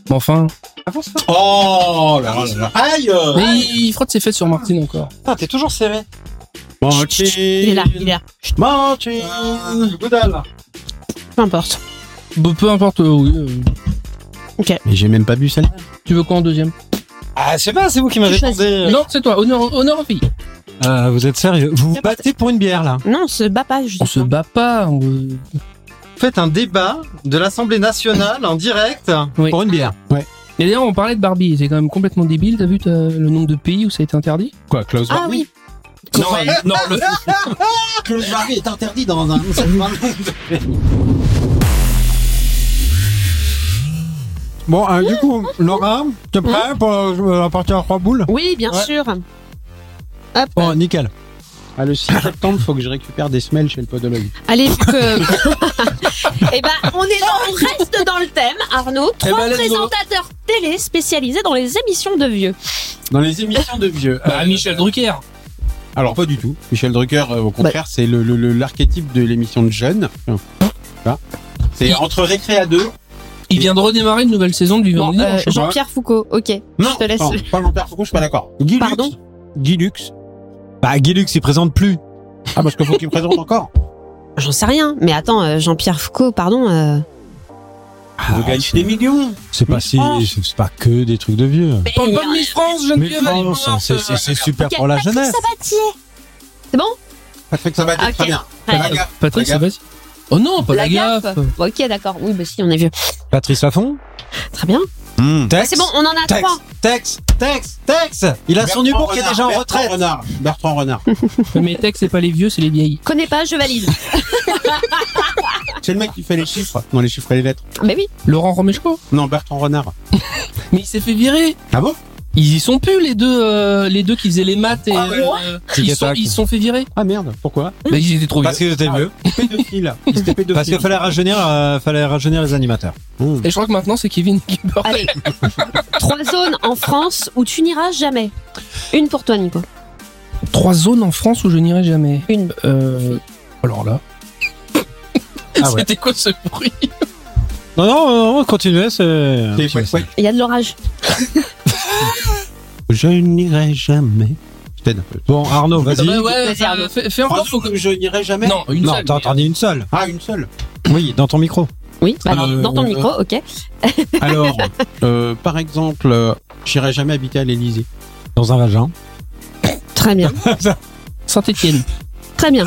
B: Mais Enfin.
A: Oh là là là là. Aïe
B: Mais il frotte ses fesses sur Martine encore.
E: Ah, t'es toujours serré.
A: Martin
D: il est là, il est là.
A: Martin
D: Peu importe.
B: Bah, peu importe, euh, oui. euh,
A: Mais j'ai même pas bu celle-là.
B: Tu veux quoi en deuxième
E: Ah, je sais pas, c'est vous qui m'avez
D: choisis.
E: demandé.
B: Non, c'est toi, honneur, honneur aux filles.
E: Euh, vous êtes sérieux Vous vous battez pour une bière là
D: Non, on se bat pas.
B: On se bat pas. on-
C: Faites un débat de l'Assemblée nationale en direct.
B: Oui.
E: Pour une bière. Ouais.
B: Et d'ailleurs, on parlait de Barbie, c'est quand même complètement débile. T'as vu t'as- le nombre de pays où ça a été interdit
A: Quoi, Klaus
D: Ah oui.
B: Non, non, le-
A: Klaus Barbie est interdit dans un.
E: Bon, euh, du coup, Laura, t'es
B: Mmh.
E: prêt pour euh, la partie à trois boules
D: Oui, bien
E: Ouais.
D: sûr.
E: Bon, nickel.
A: Ah, le 6 septembre, faut que je récupère des semelles chez le podologue.
D: Allez, vu que. eh ben, on, est dans- on reste dans le thème, Arnaud. Trois
B: ben, let's go.
D: présentateurs télé spécialisés dans les émissions de vieux.
A: Dans les émissions de vieux.
B: Bah, Michel Drucker.
A: Alors pas du tout. Michel Drucker, euh, au contraire, c'est le- le- le- l'archétype de l'émission de jeunes. Tu vois C'est entre récré à deux.
B: Il vient de redémarrer une nouvelle saison de Vivant
D: Bon, euh,
B: Dimanche.
D: Jean-Pierre Foucault, ok.
A: Non,
D: je te laisse.
A: non, pas Jean-Pierre Foucault, je suis pas d'accord. Guy Lux.
D: Pardon
A: Guy Lux.
E: Bah, Guilux, il présente plus.
A: Ah parce qu'il faut qu'il présente encore.
D: J'en sais rien, mais attends, euh, Jean-Pierre Foucault, pardon. euh,
A: Vous gagnez des millions.
E: C'est pas si, c'est pas que des trucs de vieux.
D: euh,
B: Bonne Miss France,
E: Mais
B: Geneviève.
E: France,
B: euh.
E: c'est- c'est c'est super
D: ok,
E: pour la
D: Patrick
E: jeunesse.
D: Sabatier. C'est bon
A: Patrick ça va être
D: Ah, Ok.
A: très bien.
D: Ouais.
A: La gaffe.
B: Patrick,
A: La
B: ça va Oh non, pas la, gaffe.
D: Bon, Ok, d'accord. Oui, bah si, on est vieux.
E: Patrice Lafont
D: Très bien.
A: Mmh.
E: Tex
D: Ah, C'est bon, on en a
E: Tex,
D: trois.
E: Tex, Tex, Tex Il a son
A: Bertrand
E: humour qui est
A: Renard,
E: déjà en
A: Bertrand
E: retraite.
A: Renard. Bertrand Renard.
B: Mais Tex, c'est pas les vieux, c'est les vieilles.
D: Connais pas, je valide.
A: C'est le mec qui fait les chiffres. Non, les chiffres et les lettres.
D: mais oui.
B: Laurent Romeshko.
A: Non, Bertrand Renard.
B: Mais il s'est fait virer.
A: Ah bon
B: Ils y sont plus, les deux, euh, les deux qui faisaient les maths et.
A: Ah ouais.
B: euh, ils se
E: Tic et
B: sont,
E: tac.
B: ils se sont fait virer.
A: Ah merde, pourquoi
B: Bah, ils étaient trop vieux.
E: Parce que c'était vieux.
A: Pédophile. Il s'était pédophile.
E: Parce qu'il fallait rajeunir, euh, fallait rajeunir les animateurs.
B: Et je crois que maintenant, c'est Kevin qui meurt.
D: Allez. trois zones en France où tu n'iras jamais. Une pour toi, Nico.
B: Trois zones en France où je n'irai jamais.
D: Une.
B: Euh, alors là.
E: Ah ouais.
B: C'était quoi ce bruit
E: Non, non, non, continuez, c'est.
A: C'est- ouais, ouais.
D: Il y a de l'orage.
A: Je n'irai jamais. Je t'aide un peu.
E: Bon, Arnaud, vas-y.
B: Ouais, ouais,
D: Vas-y, Arnaud.
B: euh, fais, fais
A: Trois
B: encore. Faut
A: autres
B: que...
A: que je n'irai jamais.
B: Non, une
E: non,
B: seule.
E: t'en t'en dis une seule.
A: Ah, une seule.
E: Oui, dans ton micro.
D: Oui, bah,
B: Euh,
D: dans ton
B: euh,
D: micro, ok.
A: Alors, euh, par exemple, euh, j'irai jamais habiter à l'Elysée.
E: Dans un vagin.
D: Très bien.
B: Saint-Etienne.
D: Très bien.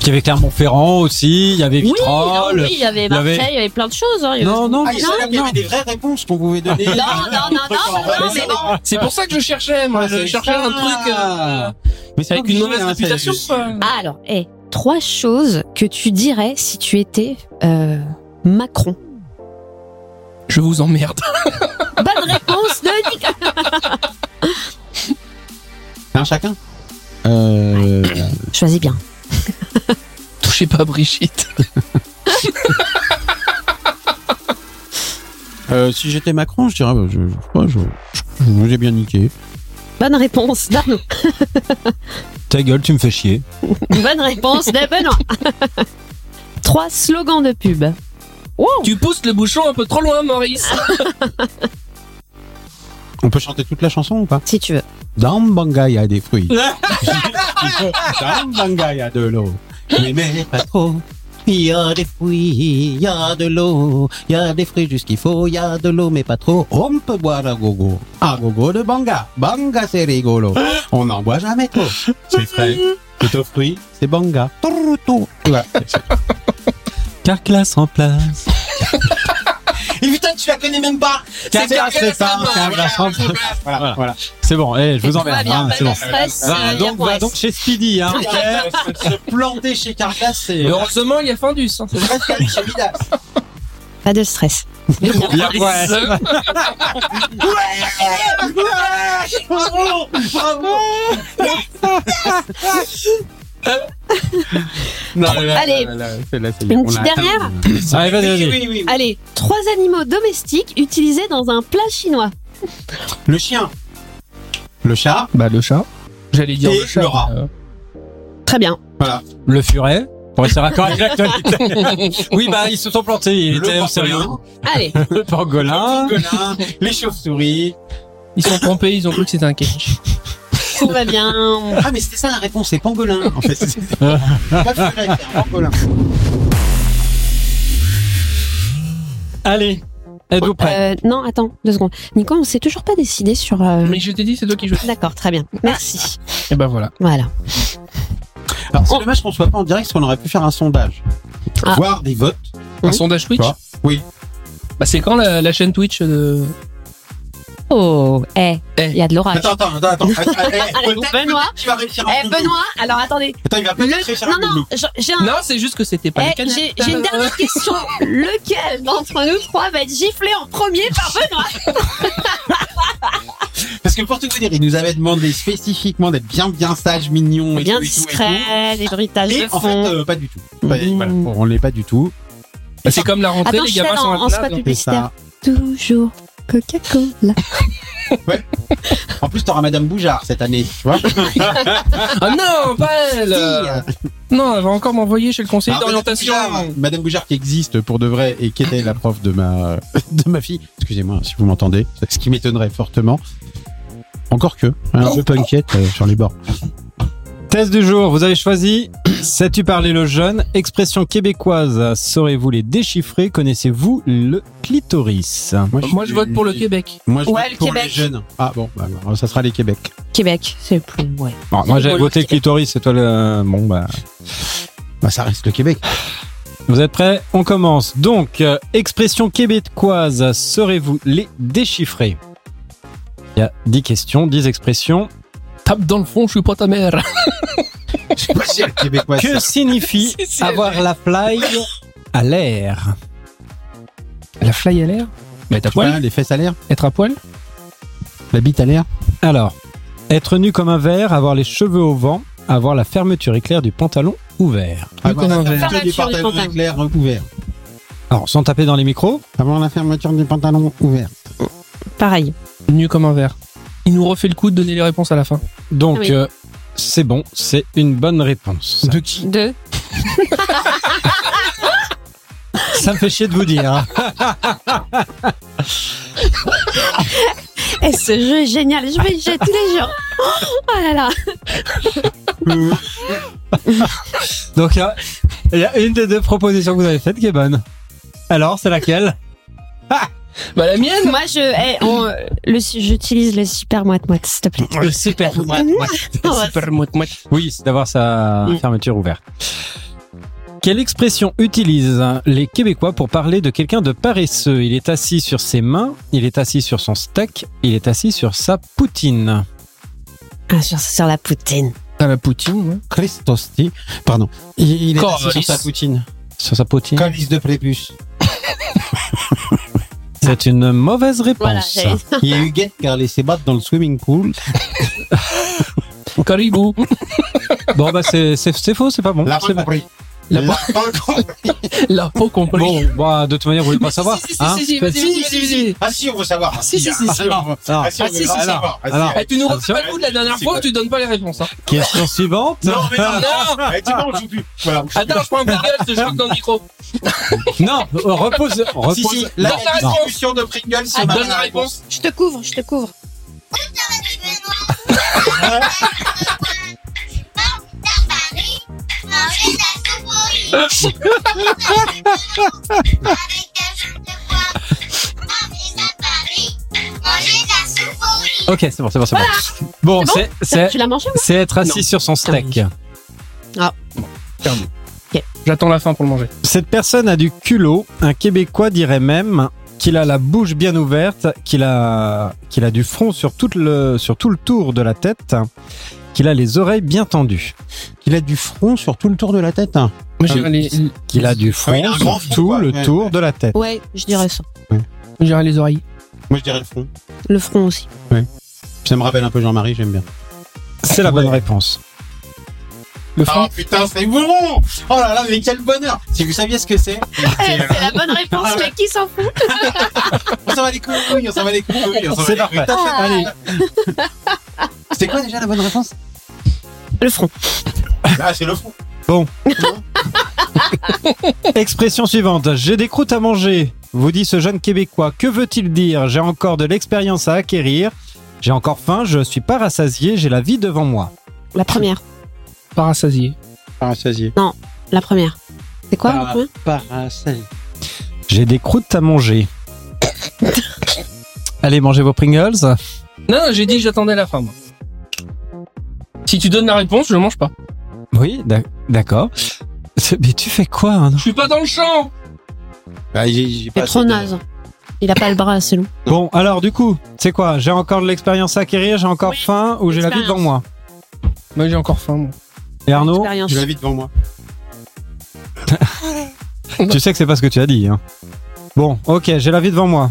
E: Il y avait Clermont-Ferrand aussi, il y avait
D: Oui, ah
E: Vitrolles.
D: oui, il y avait
E: il y avait-
D: Marseille, il y avait plein de choses. hein. Il y avait-
E: Non, non,
A: Ah, il
D: Non,
A: y avait des vraies réponses qu'on pouvait donner.
D: Non, non, non, non, non, mais bon. Ah,
B: C'est pour ça que je cherchais,
A: Ah,
B: moi. je cherchais un truc euh,
A: Mais c'est
B: avec une mauvaise
D: hein,
B: réputation.
D: Ah, alors, hé, trois choses que tu dirais si tu étais euh, Macron.
B: Je vous emmerde.
D: Bonne réponse de Nico.
A: Un chacun. Euh,
D: Choisis bien.
B: Touchez pas Brigitte.
A: euh, si j'étais Macron, je dirais, bah, je, je, crois, je, je- je vous ai bien niqué.
D: Bonne réponse d'Arnaud.
E: Ta gueule, tu me fais chier.
D: Bonne réponse de Benoît. Trois slogans de pub. Wow.
B: Tu pousses le bouchon un peu trop loin, Maurice.
D: Ah.
A: On peut chanter toute la chanson ou pas
D: Si tu veux.
A: Dans Banga, il y a des fruits. Dans Banga, il y a de l'eau. Mais mais pas trop. Il y a des fruits, il y a de l'eau, il y a des fruits jusqu'il faut, il y a de l'eau, mais pas trop. On peut boire à gogo, à gogo de Banga. Banga, c'est rigolo. On n'en boit jamais trop. C'est frais. C'est aux fruits, c'est Banga. Tourou, tourou. Voilà.
E: Carclasse en place.
A: Et putain,
I: Anne, tu la connais même pas.
A: Car-
I: bien
A: c'est ça,
I: Carla
A: Carla
I: Simone.
A: Simone. Voilà, voilà. C'est bon, eh, je vous emmerde. hein, c'est bon.
D: euh,
A: Va, donc, va donc chez Speedy, hein, ok Se planter chez Carcass, c'est.
B: Heureusement, il y a Findus. hein.
D: Pas de stress.
A: Bien, ouais. Non, là, là,
D: Allez.
A: là, là, celle-là, c'est
D: Une
A: on
D: petite
A: l'a atteint.
D: dernière
E: Allez, Ah, vas-y, vas-y.
I: Oui, oui,
D: Allez, trois animaux domestiques utilisés dans un plat chinois.
A: Le chien. Le chat.
B: Bah, le chat. J'allais dire
A: Et
B: le chat.
A: le rat.
B: euh,
D: Très bien.
E: Le furet. Pour être raccord avec l'actualité. oui, bah, ils se sont plantés. Il était au sérieux.
A: pangolin.
D: Allez,
E: Le pangolin.
A: Le pangolin, Les chauves-souris.
B: Ils sont trompés, ils ont cru que c'était un catch.
D: tout va bien.
A: Ah, mais c'était ça la réponse, c'est pangolin. En fait, c'est
E: Allez. Êtes-vous
D: Euh,
E: prêts?
D: non, attends, deux secondes. Nico, on s'est toujours pas décidé sur. euh,
B: Mais je t'ai dit, c'est toi qui joues.
D: D'accord, très bien. Merci.
B: Et ben voilà.
D: Voilà.
A: Alors, c'est dommage qu'on soit pas en direct, parce qu'on aurait pu faire un sondage.
D: Ah.
A: Voir des votes.
B: Un
D: Oui.
B: sondage Twitch
A: Quoi Oui.
B: Bah, c'est quand la, la chaîne Twitch de.
D: Oh, eh, il
B: Eh.
D: y a de l'orage.
A: Attends, attends, attends, attends. Attends, eh,
D: Allez,
A: peut-être
D: Benoît.
A: qu'il va réussir un
D: Eh,
A: double.
D: Benoît, alors attendez.
A: Attends, il va
D: Le...
A: peut-être réussir un
D: Non, non,
A: double.
D: je- j'ai un.
B: Non, c'est juste que c'était pas
D: Eh,
B: le canal. Bah,
D: j'ai j'ai
A: Euh.
D: une dernière question. Lequel d'entre nous trois va être giflé en premier par Benoît
A: Parce que pour tout vous dire, il nous avait demandé spécifiquement d'être bien, bien sage, mignon et
D: Bien
A: tout, et tout, et tout.
D: discret, les bruitages
A: Et
D: de
A: en fait,
D: fond.
A: euh, pas du tout. Bah, voilà, on l'est pas du tout.
B: Bah, c'est comme la rentrée,
D: Attends,
B: les
D: je suis
B: gamins sont
D: en,
B: à
D: en
B: la
D: spot
B: plage.
A: C'est
D: publicitaire.
A: ça.
D: Toujours Coca-Cola.
A: En plus, t'auras Madame Boujard cette année, tu vois.
B: Ah non, pas elle euh, Non, elle va encore m'envoyer chez le conseiller
A: Alors,
B: d'orientation.
A: Madame Boujard, Madame Boujard qui existe pour de vrai et qui était la prof de ma de ma fille. Excusez-moi si vous m'entendez, ce qui m'étonnerait fortement. Encore que un peu punkette euh, sur les bords.
E: Test du jour, vous avez choisi Sais-tu parler le jeune Expression québécoise, saurez-vous les déchiffrer Connaissez-vous le clitoris Ah,
B: Moi, je vote pour le Québec.
A: Moi, je
D: Ouais,
A: vote
D: le
A: pour
D: Québec.
A: les jeunes. Ah bon, bah, bah, ça sera les Québec.
D: Québec, c'est plus. Ouais.
E: Bon, Moi j'avais voté clitoris, c'est toi le... Bon bah...
A: Bah, ça reste le Québec.
E: Vous êtes prêts On commence. Donc, euh, expression québécoise, saurez-vous les déchiffrer Il y a 10 questions, 10 expressions.
B: Tape dans le fond, je suis pas ta mère.
A: Je sais pas si le Québécois.
E: Que signifie
B: Si, si,
E: avoir la fly à l'air
B: La fly à l'air Mais être à poil
A: les fesses à l'air,
B: Être à poil
A: la bite à l'air.
E: Alors, être nu comme un verre, avoir les cheveux au vent, avoir la fermeture éclair du pantalon ouvert.
A: Avant
B: comment on
A: la
B: va
A: fermeture
D: faire
A: du
D: la fermeture du
A: pantalon
D: pantalon.
A: éclair recouvert.
E: Alors, sans taper dans les micros,
A: Avant la fermeture du pantalon ouvert.
D: Pareil.
B: Nu comme un verre. Il nous refait le coup de donner les réponses à la fin.
E: donc
D: Oui.
E: euh, c'est bon, c'est une bonne réponse.
B: De qui
D: Deux.
E: Ça me fait chier de vous dire. hein.
D: Et Eh, ce jeu est génial, je vais y jeter tous les jours. Oh là là.
E: Donc, il y a- il y, a une des deux propositions que vous avez faites qui est bonne. Alors, c'est laquelle
B: Bah la mienne
D: Moi, je, eh, on, euh, le, su- j'utilise le super moite moite, s'il te plaît.
B: Le super mouette
D: ouais.
B: Super mouette mouette.
E: Oui, c'est d'avoir sa fermeture ouverte. Quelle expression utilisent les Québécois pour parler de quelqu'un de paresseux Il est assis sur ses mains, il est assis sur son steak, il est assis sur sa poutine.
D: Ah, sur, sur la poutine.
B: Ah, la poutine, ouais.
A: Christosti. Pardon. Il, il est
B: Corvalis.
A: assis sur sa poutine.
E: Sur sa poutine
A: Colis de prépuce.
E: C'est une mauvaise réponse.
D: j'avais-
A: Il y a eu Guette qui a laissé battre dans le swimming pool.
B: Caribou.
E: bon, bah, c'est c'est- c'est faux, c'est pas bon.
A: La
E: C'est pas-
A: compris.
B: La
A: La pas compris.
B: La peau compris.
E: Bon, bah, de toute manière, vous voulez pas savoir
B: Si, si,
E: hein
B: si, si, vas-y, vas-y, vas-y, vas-y.
A: Ah si, on veut savoir.
B: Si, si, si, si.
A: Ah,
E: Alors,
A: si, on
B: Ah, si,
A: veut
B: si, si.
A: savoir. Ah, si,
E: Alors.
A: on
B: Eh, tu nous refais
E: Attention.
B: pas le coup de la dernière
A: C'est
B: fois
A: quoi
B: où tu donnes pas les réponses. Hein.
E: question suivante.
A: Non, mais non. Ah,
B: Non
A: Eh, tu vois, on joue plus. Voilà.
B: Attends, je prends un Google, je te jure dans le micro.
E: Non, euh, repose. repose.
A: Si, si,
B: Donne la
A: la
B: réponse.
A: distribution de Pringles, c'est ma
B: Donne la réponse.
D: Je te couvre, je te couvre.
E: Ok, c'est bon, c'est bon, c'est bon. Bon,
D: C'est bon
E: c'est- c'est
D: Tu l'as mangé ou
E: c'est être assis sur son steak.
B: J'attends la fin pour le manger.
E: Cette personne a du culot. Un Québécois dirait même qu'il a la bouche bien ouverte, qu'il a, qu'il a du front sur tout, le, sur tout le tour de la tête, qu'il a les oreilles bien tendues,
A: Il a du front sur tout le tour de la tête. hein.
B: Moi, j'irais les,
E: qu'il a du
A: Ah oui, il
E: front
A: a un grand
E: sur
A: front,
E: tout
A: quoi.
E: le
A: Ouais,
E: tour
A: ouais.
E: de la tête.
D: Ouais, je dirais ça.
B: j'irais les oreilles.
A: Moi, je dirais le front.
D: Le front aussi.
A: Ça me rappelle un peu Jean-Marie, j'aime bien.
E: C'est la bonne réponse.
B: Le front.
A: Ah putain, c'est bon Oh là là, mais quel bonheur Si vous saviez ce que c'est,
D: Eh, C'est la bonne réponse, mais qui s'en fout
A: on s'en va les couilles, on s'en va les couilles, on s'en va
E: C'est
A: les couilles.
E: parfait.
D: Allez.
A: Ah. C'est quoi déjà la bonne réponse
D: Le front.
A: Ah, c'est le front.
E: Expression suivante. J'ai des croûtes à manger. Vous dit ce jeune Québécois. Que veut-il dire J'ai encore de l'expérience à acquérir. J'ai encore faim. Je suis pas rassasié. J'ai la vie devant moi.
D: La première.
B: Parasasié.
A: Parasasié.
D: La première. C'est quoi
A: Ah.
D: la première
A: Parasasié.
E: J'ai des croûtes à manger. Allez, mangez vos Pringles.
B: Non, non, j'ai dit que j'attendais la fin. moi. Si tu donnes la réponse, je mange pas.
E: Oui, d'ac- d'accord. C'est- Mais tu fais quoi hein
B: Je suis pas dans le champ.
A: Bah, j'ai j'ai
D: C'est
A: pas
D: trop
A: assez de-
D: naze. Il a pas le bras assez long.
E: Bon, alors du coup, c'est quoi J'ai encore de l'expérience à acquérir, j'ai encore
D: Oui,
E: faim ou j'ai la vie devant
D: l'expérience.
E: moi
B: Moi, j'ai encore faim. Moi.
E: Et Arnaud,
D: Expérience.
A: Tu l'as vite devant moi.
E: tu sais que c'est pas ce que tu as dit. hein. Bon, ok, j'ai la vie devant moi.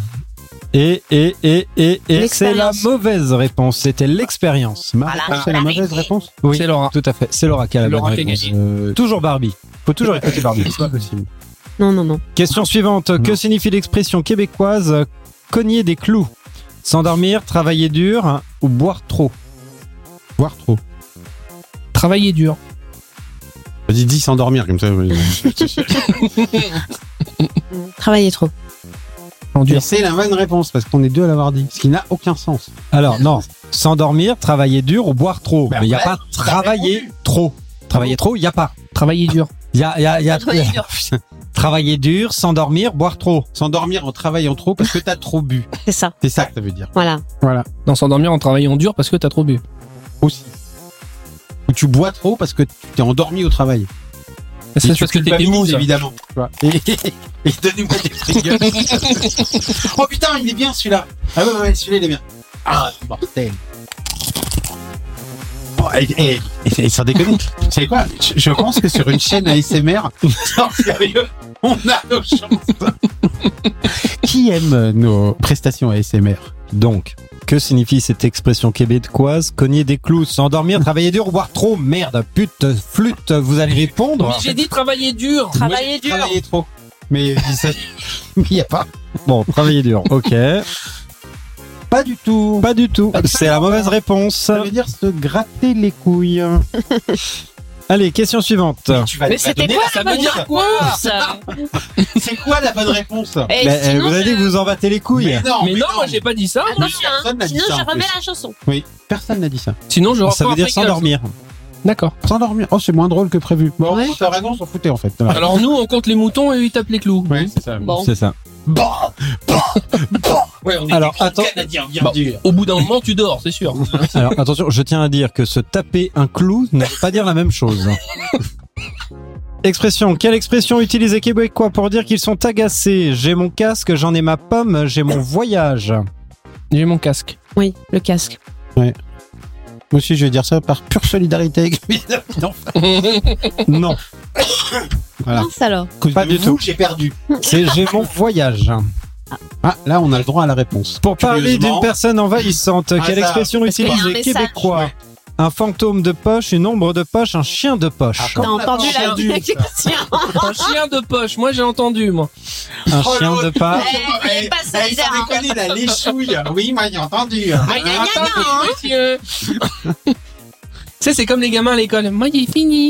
E: Et, et, et, et, et, c'est la
D: L'expérience.
E: mauvaise réponse. C'était l'expérience. Marc,
D: Voilà,
A: c'est la
D: la
A: mauvaise
D: vérité.
A: réponse
E: Oui,
B: C'est Laura.
E: tout à fait. C'est Laura qui a la
B: Laura
E: bonne
B: qui a
E: réponse.
B: gagné.
A: Euh,
E: Toujours Barbie. Faut toujours écouter Barbie.
A: c'est pas possible.
D: Non, non, non.
B: Ah.
E: Question suivante. Que signifie l'expression québécoise euh, cogner des clous S'endormir, travailler dur hein, ou boire trop
A: Boire trop.
B: Travailler dur.
A: Vas-y, dis s'endormir comme ça.
D: Travailler trop.
B: En
A: Et
B: dur.
A: c'est la bonne réponse parce qu'on est deux à l'avoir dit. Ce qui n'a aucun sens.
E: Alors, non. S'endormir, travailler dur ou boire trop.
B: Bah,
A: Ben
E: Mais il n'y a
A: ouais,
E: pas travailler trop. Travailler trop, il n'y a pas.
B: Travailler dur.
E: Il y a, y a- y a-
D: Travailler dur.
E: travailler dur, s'endormir, boire trop.
A: S'endormir en travaillant trop parce que t'as trop bu.
D: C'est ça.
A: C'est ça que ça veut dire.
D: Voilà.
B: Dans s'endormir en travaillant dur parce que t'as trop bu.
A: Aussi. Ou tu bois trop parce que tu t'es endormi au travail.
B: Ça,
A: Et
B: C'est
A: tu
B: parce que t'es
A: culpabilises,
B: ému. Bah, ça.
A: évidemment. tu vois. Et, et donnez-moi des Pringles. oh putain, il est bien celui-là. Ah ouais, ouais, ouais, celui-là il est bien. Ah, mortel. Bon, et, et- et- et sans déconner, tu sais quoi je, je pense que sur une chaîne ASMR, non, sérieux, on a nos chances. Qui aime nos prestations ASMR
E: Donc, que signifie cette expression québécoise Cogner des clous, s'endormir, travailler dur ou boire trop Merde, pute, flûte, vous allez répondre.
B: J'ai dit travailler dur.
D: Travailler dur.
A: Travailler trop. Mais il n'y a pas.
E: Bon, travailler dur, ok.
A: Pas du tout.
E: Pas du tout. C'est la mauvaise réponse.
A: Ça veut dire se gratter les couilles.
E: Allez, question suivante.
A: Tu vas-
D: Mais
A: tu vas
D: c'était
A: donner
D: quoi
A: la
D: la bonne
A: réponse.
D: réponse
A: C'est quoi la bonne réponse
D: Et
E: Ben,
D: Eh, sinon,
E: vous avez
D: je-
E: dit que vous en battez les couilles.
A: Mais non,
B: Mais non, moi j'ai pas dit ça. moi.
D: Attention, hein.
A: personne n'a dit
D: sinon
A: ça, en
D: je remets
A: plus.
D: la chanson.
A: Personne n'a dit ça.
B: Sinon, je
E: Ça
B: reprends
E: veut dire
B: après que-
E: s'endormir.
B: D'accord.
A: S'endormir. Oh, c'est moins drôle que prévu. Bon,
D: Ouais.
A: t'as raison, on s'en foutait en fait. Ouais,
B: Alors nous, on compte les moutons et ils tapent les clous. Mmh.
A: c'est ça.
D: Bon.
E: C'est ça.
B: Ouais, on est-
E: Alors, attends.
B: Bon, au bout d'un moment, tu dors, c'est sûr.
E: Alors attention, je tiens à dire que se taper un clou ne veut pas dire la même chose. Expression. Quelle expression utilisent les Québécois pour dire qu'ils sont agacés J'ai mon casque, j'en ai ma pomme, j'ai mon voyage.
B: J'ai mon casque.
D: Oui, le casque.
A: Moi aussi, je vais dire ça par pure solidarité avec mes amis d'enfance.
E: Non,
A: Voilà.
D: Mince alors.
A: À cause
E: Pas
A: de
E: du
A: vous,
E: tout.
A: J'ai perdu.
E: c'est j'ai mon voyage.
A: Ah, là, on a le droit à la réponse.
E: Pour parler
A: Curieusement.
E: d'une personne envahissante, quelle
A: ça,
E: expression
D: parce qu'il y a
E: utilisent
D: un
E: les
D: message.
E: Québécois Un fantôme de poche, une ombre de poche, un chien de poche.
D: T'as entendu la
A: entendu,
D: question
B: Un chien de poche, moi j'ai entendu, moi.
E: Un
A: Oh,
E: chien de
A: l'autre.
E: poche.
D: Eh, il est pas
A: Eh, eh,
D: solidaire,
A: sans
D: hein.
A: déconner, la léchouille. Oui, moi, j'ai entendu.
D: Ah,
B: Moi, j'ai
D: gagnant,
B: entendu,
D: hein.
B: monsieur. tu sais, c'est comme les gamins à l'école. Moi j'ai fini.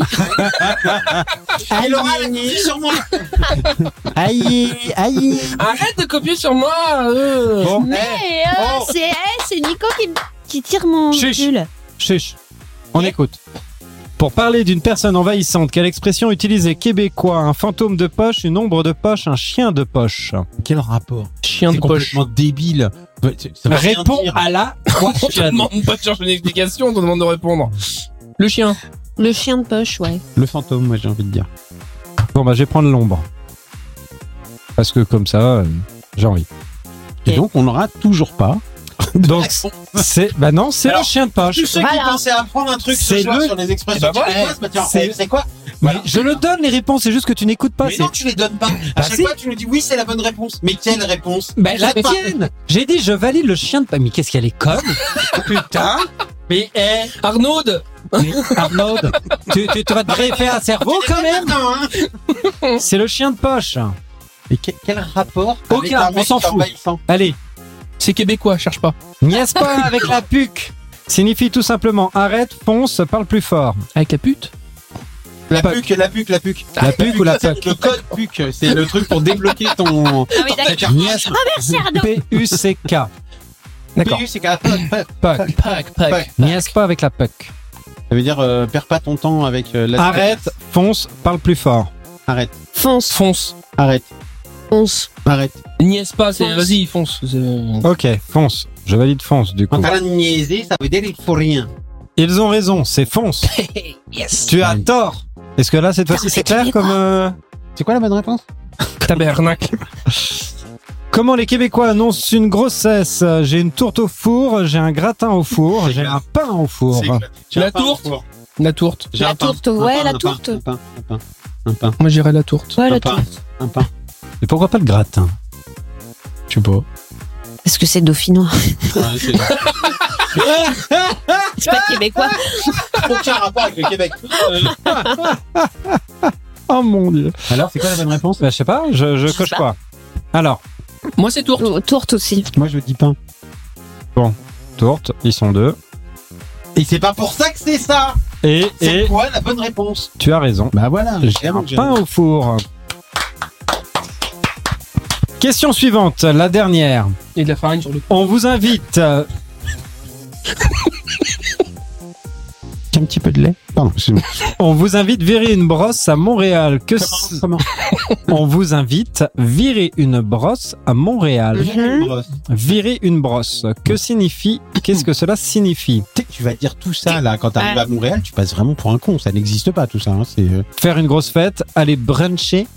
A: Et Laura, elle a compté sur moi.
E: Aïe, aïe.
B: Arrête de copier sur moi. euh.
E: Bon,
D: Mais euh,
E: Oh.
D: c'est eh, c'est Nico qui, me- qui tire mon
E: Chiche.
D: pull.
E: Chiche. On écoute. Pour parler d'une personne envahissante, quelle expression utilisent les Québécois Un fantôme de poche, une ombre de poche, un chien de poche
A: Quel rapport
B: Chien
A: C'est
B: de poche.
A: complètement débile. Ouais, c'est- ça veut rien
E: Réponds
A: dire.
E: à la
B: On te
E: question.
B: demande pas de chercher une explication, on te demande de répondre. Le chien.
D: Le chien de poche, ouais.
A: Le fantôme, moi, j'ai envie de dire.
E: Bon, bah, je vais prendre l'ombre. Parce que comme ça, euh, J'ai envie.
A: Et donc, on n'aura toujours pas.
E: Donc, c'est. Bah non, c'est un
A: Alors,
E: chien de
A: Tous
E: page.
A: ceux
D: Voilà.
A: qui pensaient apprendre un truc ce
E: C'est
A: soir
E: le-
A: sur les expressions
E: Eh ben voilà.
A: québécoises, bah tiens,
E: C'est-
A: c'est quoi
E: Mais je le donne, les réponses, c'est juste que tu n'écoutes pas.
A: Mais
E: c'est- Bah
A: non, tu les donnes pas. À chaque
E: si.
A: fois, tu nous dis oui, c'est la bonne réponse. Mais quelle réponse
E: Bah, la
A: J'ai pas-
E: tienne J'ai dit, je valide le chien de page. Mais qu'est-ce qu'elle est conne Putain Mais, eh,
B: Arnaud
E: Arnaud, tu, tu te vas te greffer un cerveau Oh, quand même
A: Non, hein.
E: C'est le chien de poche.
A: Mais que- quel rapport avec
E: Aucun,
A: un
E: on
A: mec
E: s'en fout.
A: envahissant
E: Allez,
B: C'est québécois, cherche pas.
E: niaise pas avec la puque Signifie tout simplement arrête, fonce, parle plus fort.
B: Avec la pute
A: La
E: Puck.
A: puc, la puc, la puc.
E: La puque ou la puck
A: Le code puc, c'est le truc pour débloquer ton.
D: Ah oui, d'accord.
A: Niaise.
D: Ah, merci Arnaud.
E: P-U-C-K.
B: D'accord.
A: PU, c'est qu'à- Ça
E: Puck.
B: Pac, pac.
E: Niaise pas avec la puck.
A: veut dire, euh, perds pas ton temps avec euh, la.
E: Arrête, fonce, parle plus fort.
A: Arrête,
D: Fonce,
B: Fonce.
A: arrête,
D: fonce.
A: arrête.
B: Niaise pas, c'est.
D: Fonce.
B: Vas-y, fonce. Euh. C'est-
E: Ok, fonce. Je valide fonce du
A: Quand
E: coup.
A: t'as la niaiser, ça veut dire il faut rien.
E: Ils ont raison, c'est fonce.
B: Yes.
E: Tu as tort. Est-ce que là, cette fois-ci, c'est clair comme. euh,
A: C'est quoi la bonne réponse
B: Tabernacle.
E: Comment les Québécois annoncent une grossesse J'ai une tourte au four, j'ai un gratin au four, j'ai un pain au four.
B: La tourte. La tourte.
A: J'ai
D: La
A: un pain.
D: tourte,
A: Un
D: ouais,
A: pain,
D: la
A: un pain,
D: tourte.
A: Un pain, un pain, un pain,
B: Moi, j'irai la tourte.
D: Ouais,
A: un
D: le
A: pain,
D: tour.
A: un pain.
E: Mais pourquoi pas le gratin Je sais pas.
D: Parce que c'est dauphinois.
A: Ouais, c'est-
D: C'est pas québécois.
A: Aucun rapport avec le Québec.
E: Oh mon dieu.
A: Alors, c'est quoi la bonne réponse
E: Bah, je sais pas, je,
D: Je
E: je
D: sais
E: coche
D: pas.
E: quoi. Alors,
B: Moi, c'est tourte.
D: Ou- Tourte aussi.
A: Moi, je dis pain.
E: tourte, ils sont deux.
A: Et c'est pas pour ça que c'est ça
E: Et,
A: C'est
E: et
A: quoi la bonne réponse
E: tu as raison.
A: Bah voilà,
E: J'ai un pain au four. Question suivante, la dernière.
B: Et de la farine sur le.
E: On vous invite. euh,
A: un petit peu de lait. Pardon, excuse-moi.
E: On vous invite virer une brosse à Montréal. Que s-
A: Comment
E: on vous invite virer une brosse à Montréal. Virer une brosse. Que signifie Qu'est-ce que cela signifie
A: Tu sais que tu vas dire tout ça là quand t'arrives à Montréal, tu passes vraiment pour un con. Ça n'existe pas tout ça. hein, C'est euh,
E: Faire une grosse fête, aller bruncher,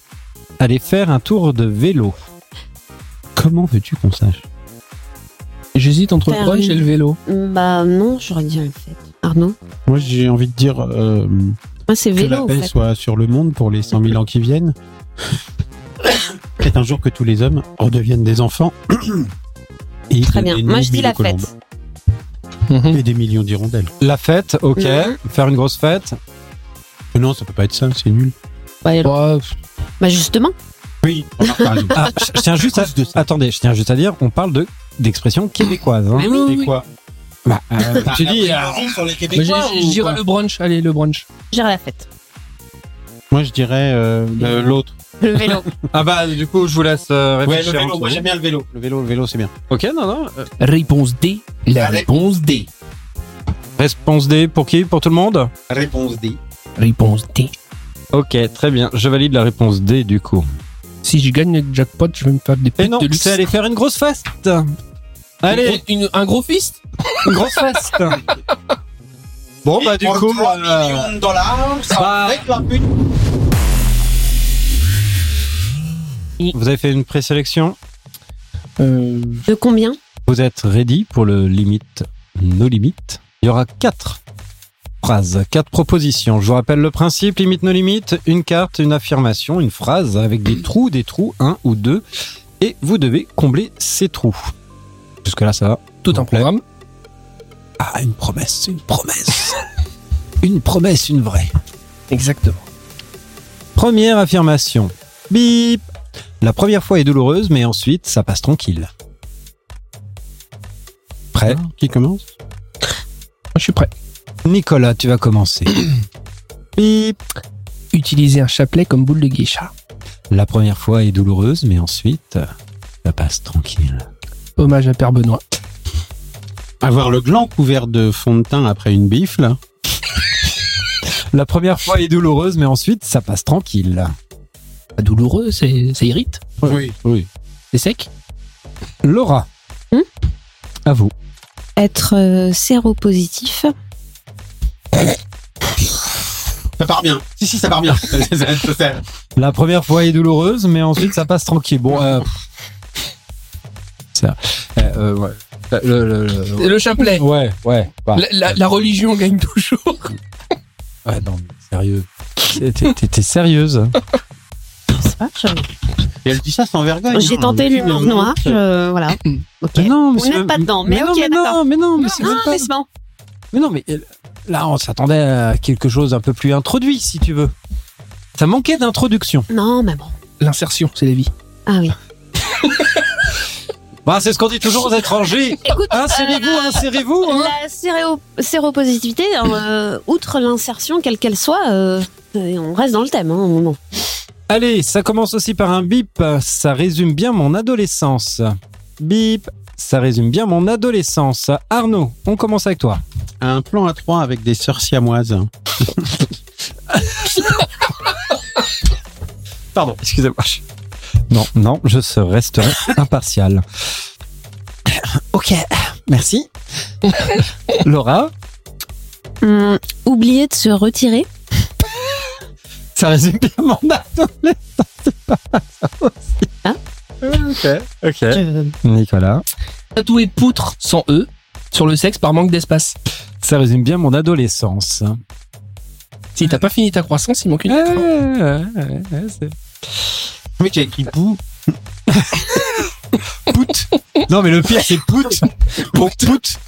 E: aller faire un tour de vélo.
A: comment veux-tu qu'on sache
B: J'hésite entre le brunch et le vélo.
D: Bah non, j'aurais dit en fait. Arnaud
A: Moi, j'ai envie de dire euh,
D: Moi, c'est
A: que la
D: vélo, en
A: paix
D: fait.
A: soit sur le monde pour les 100 000 ans qui viennent. Peut-être un jour que tous les hommes redeviennent des enfants. Et
D: Très bien.
A: des
D: Moi, je dis la
A: milliers de
D: fête.
B: Mhm.
A: colombes. Et des millions d'hirondelles.
E: La fête, ok. Faire une grosse fête.
A: Mais Euh, non, ça peut pas être ça, c'est nul.
D: Ouais, alors-
B: Ouais,
D: Bah justement.
A: Oui, remarque, t'as raison.
E: Ah, je je tiens juste à,
A: cause de ça.
E: attendez, je tiens juste à dire, on parle de d'expression québécoise. hein.
A: C'est quoi
E: Bah, euh,
A: T'as
E: tu
A: un
E: dis,
A: a priori sur les
B: Mais j'ai-
A: Québécois
B: j'ai-
A: ou
B: je
A: quoi
B: dirais le brunch. Allez, le brunch.
D: J'irai à la fête.
A: Moi, je dirais euh, le- l'autre.
D: Le vélo.
E: ah bah du coup, je vous laisse euh, réfléchir.
A: bien le vélo. Le vélo, le vélo, c'est bien.
E: ok, non, non. euh,
B: Réponse D. La réponse D.
E: réponse D pour qui Pour tout le monde
A: Réponse D.
B: Réponse D.
E: Ok, très bien. Je valide la réponse D du coup.
B: Si je gagne le jackpot, je vais me faire des
E: Et
B: putes
E: non,
B: de luxe.
E: c'est aller faire une grosse fête.
B: Allez,
E: Allez,
B: un gros fist
E: une grosse fête. Bon bah du coup, euh,
A: de dollars, ça
E: bah-
A: va être la pute.
E: vous avez fait une présélection.
B: euh,
D: De combien
E: Vous êtes ready pour le limite, nos limites. Il y aura quatre phrases, quatre propositions. Je vous rappelle le principe limite, nos limites. Une carte, une affirmation, une phrase avec des trous, des trous, un ou deux, et vous devez combler ces trous. Jusque là, ça va.
B: Tout un
E: Complet.
B: programme.
E: Ah, une promesse, une promesse, une promesse, une vraie.
B: Exactement.
E: Première affirmation. Bip. La première fois est douloureuse, mais ensuite ça passe tranquille. Prêt
A: Qui commence
B: Je suis prêt.
E: Nicolas, tu vas commencer. Bip.
B: Utiliser un chapelet comme boule de geisha.
E: La première fois est douloureuse, mais ensuite ça passe tranquille.
B: Hommage à Père Benoît.
A: Avoir le gland couvert de fond de teint après une bifle.
E: La première fois est douloureuse, mais ensuite ça passe tranquille.
B: Pas douloureux, c'est- ça irrite.
A: Oui. oui.
B: C'est sec.
E: Laura.
D: Hmm
E: à vous.
D: Être euh, séropositif.
A: Ça part bien. Si, si, ça part bien. Ça, ça, ça, ça.
E: La première fois est douloureuse, mais ensuite ça passe tranquille. Bon, euh, là. Eh, euh, ouais. Le- le- le-
B: Le chapelet.
E: Ouais, ouais. bah,
B: La, la- la religion gagne toujours.
E: ouais, non, mais sérieux. T'es- t'es- T'es t'es sérieuse
A: Et elle dit ça sans vergogne.
D: J'ai
A: hein.
D: tenté l'humour noir, je- voilà. Ok.
E: Mais non, mais
D: On
E: c'est
D: n'est
E: même-
D: pas dedans, mais
E: non,
D: ok,
E: mais
D: d'accord.
E: non, mais non, mais c'est
D: Non,
E: même pas-
D: mais c'est bon.
E: Mais non, mais euh, là, on s'attendait à quelque chose un peu plus introduit, si tu veux. Ça manquait d'introduction.
D: Non, mais bon.
B: L'insertion, c'est la vie.
D: Ah oui.
E: Bah, c'est ce qu'on dit toujours aux étrangers.
D: Écoute,
E: Insérez-vous, insérez-vous. hein.
D: La séréo- séropositivité, euh, outre l'insertion, quelle qu'elle soit, euh, euh, on reste dans le thème. Hein, au moment.
E: Allez, ça commence aussi par un bip. Ça résume bien mon adolescence. Bip. Ça résume bien mon adolescence. Arnaud, on commence avec toi.
A: Un plan à trois avec des sœurs siamoises.
E: Pardon, excusez-moi. Non, non, je se resterai impartial. Ok, merci. Laura,
D: Hum, oublier de se retirer.
E: ça résume bien mon adolescence.
D: Hein
E: C'est pas ça aussi. ok,
D: Je-
E: ok. Nicolas,
B: Tatoué poutre sans E sur le sexe par manque d'espace.
E: ça résume bien mon adolescence.
B: Si t'as pas fini ta croissance, il manque une
E: Ouais,
B: lettre.
E: ouais, ouais, ouais, c'est-
A: Mais qui a écrit pou.
E: Non, mais le pire, c'est put. Pour put.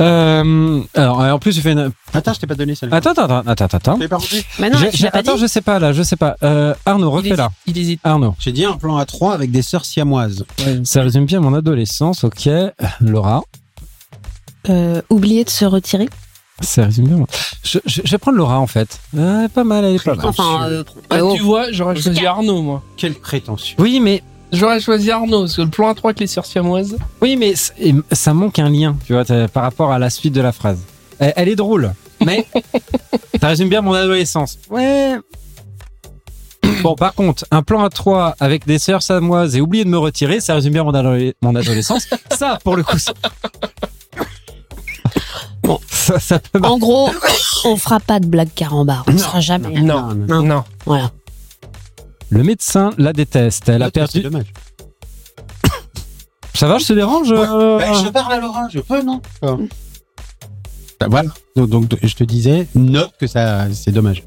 E: Euh, alors, euh, en plus, tu fais une.
A: Attends, je t'ai pas donné celle-là.
E: Attends, attends, attends, attends, attends.
A: Je l'ai pas reçue.
D: Bah non,
E: J'ai-
D: tu
E: j'ai-
D: l'as pas
E: attends,
D: dit.
E: je sais pas là, je sais pas. Euh, Arnaud,
B: Il hésite.
E: refais là.
B: Il hésite.
E: Arnaud,
A: J'ai dit un plan à trois avec des sœurs siamoises.
E: ça résume bien mon adolescence, ok. Laura,
D: Euh, oublier de se retirer.
E: ça résume bien. mon- Je, je- je vais prendre Laura en fait. Euh, elle est pas mal, elle est pas mal.
D: Enfin, euh,
B: Ah,
D: oh.
B: tu vois, j'aurais choisi Arnaud, moi.
A: Quelle prétention.
E: Oui, mais
B: J'aurais choisi Arnaud, parce que le plan A3 avec les sœurs siamoises.
E: oui, mais c- et- ça manque un lien, tu vois, t'as- par rapport à la suite de la phrase. Elle, elle est drôle, mais ça résume bien mon adolescence. Ouais. Bon, par contre, un plan à trois avec des sœurs samoises et oublier de me retirer, ça résume bien mon, adole- mon adolescence. ça, pour le coup. ça- Bon, ça, ça peut
D: en gros, on fera pas de blague carambar. On ne sera jamais.
A: Ah,
B: Non, non.
D: Voilà.
E: Le médecin la déteste. Elle a
A: C'est
E: perdu.
A: dommage.
E: Ça va, je te dérange euh,
A: Bah, je parle à Laura, je peux, non Ah. Bah, Voilà. Donc, donc, je te disais, note que ça, c'est dommage.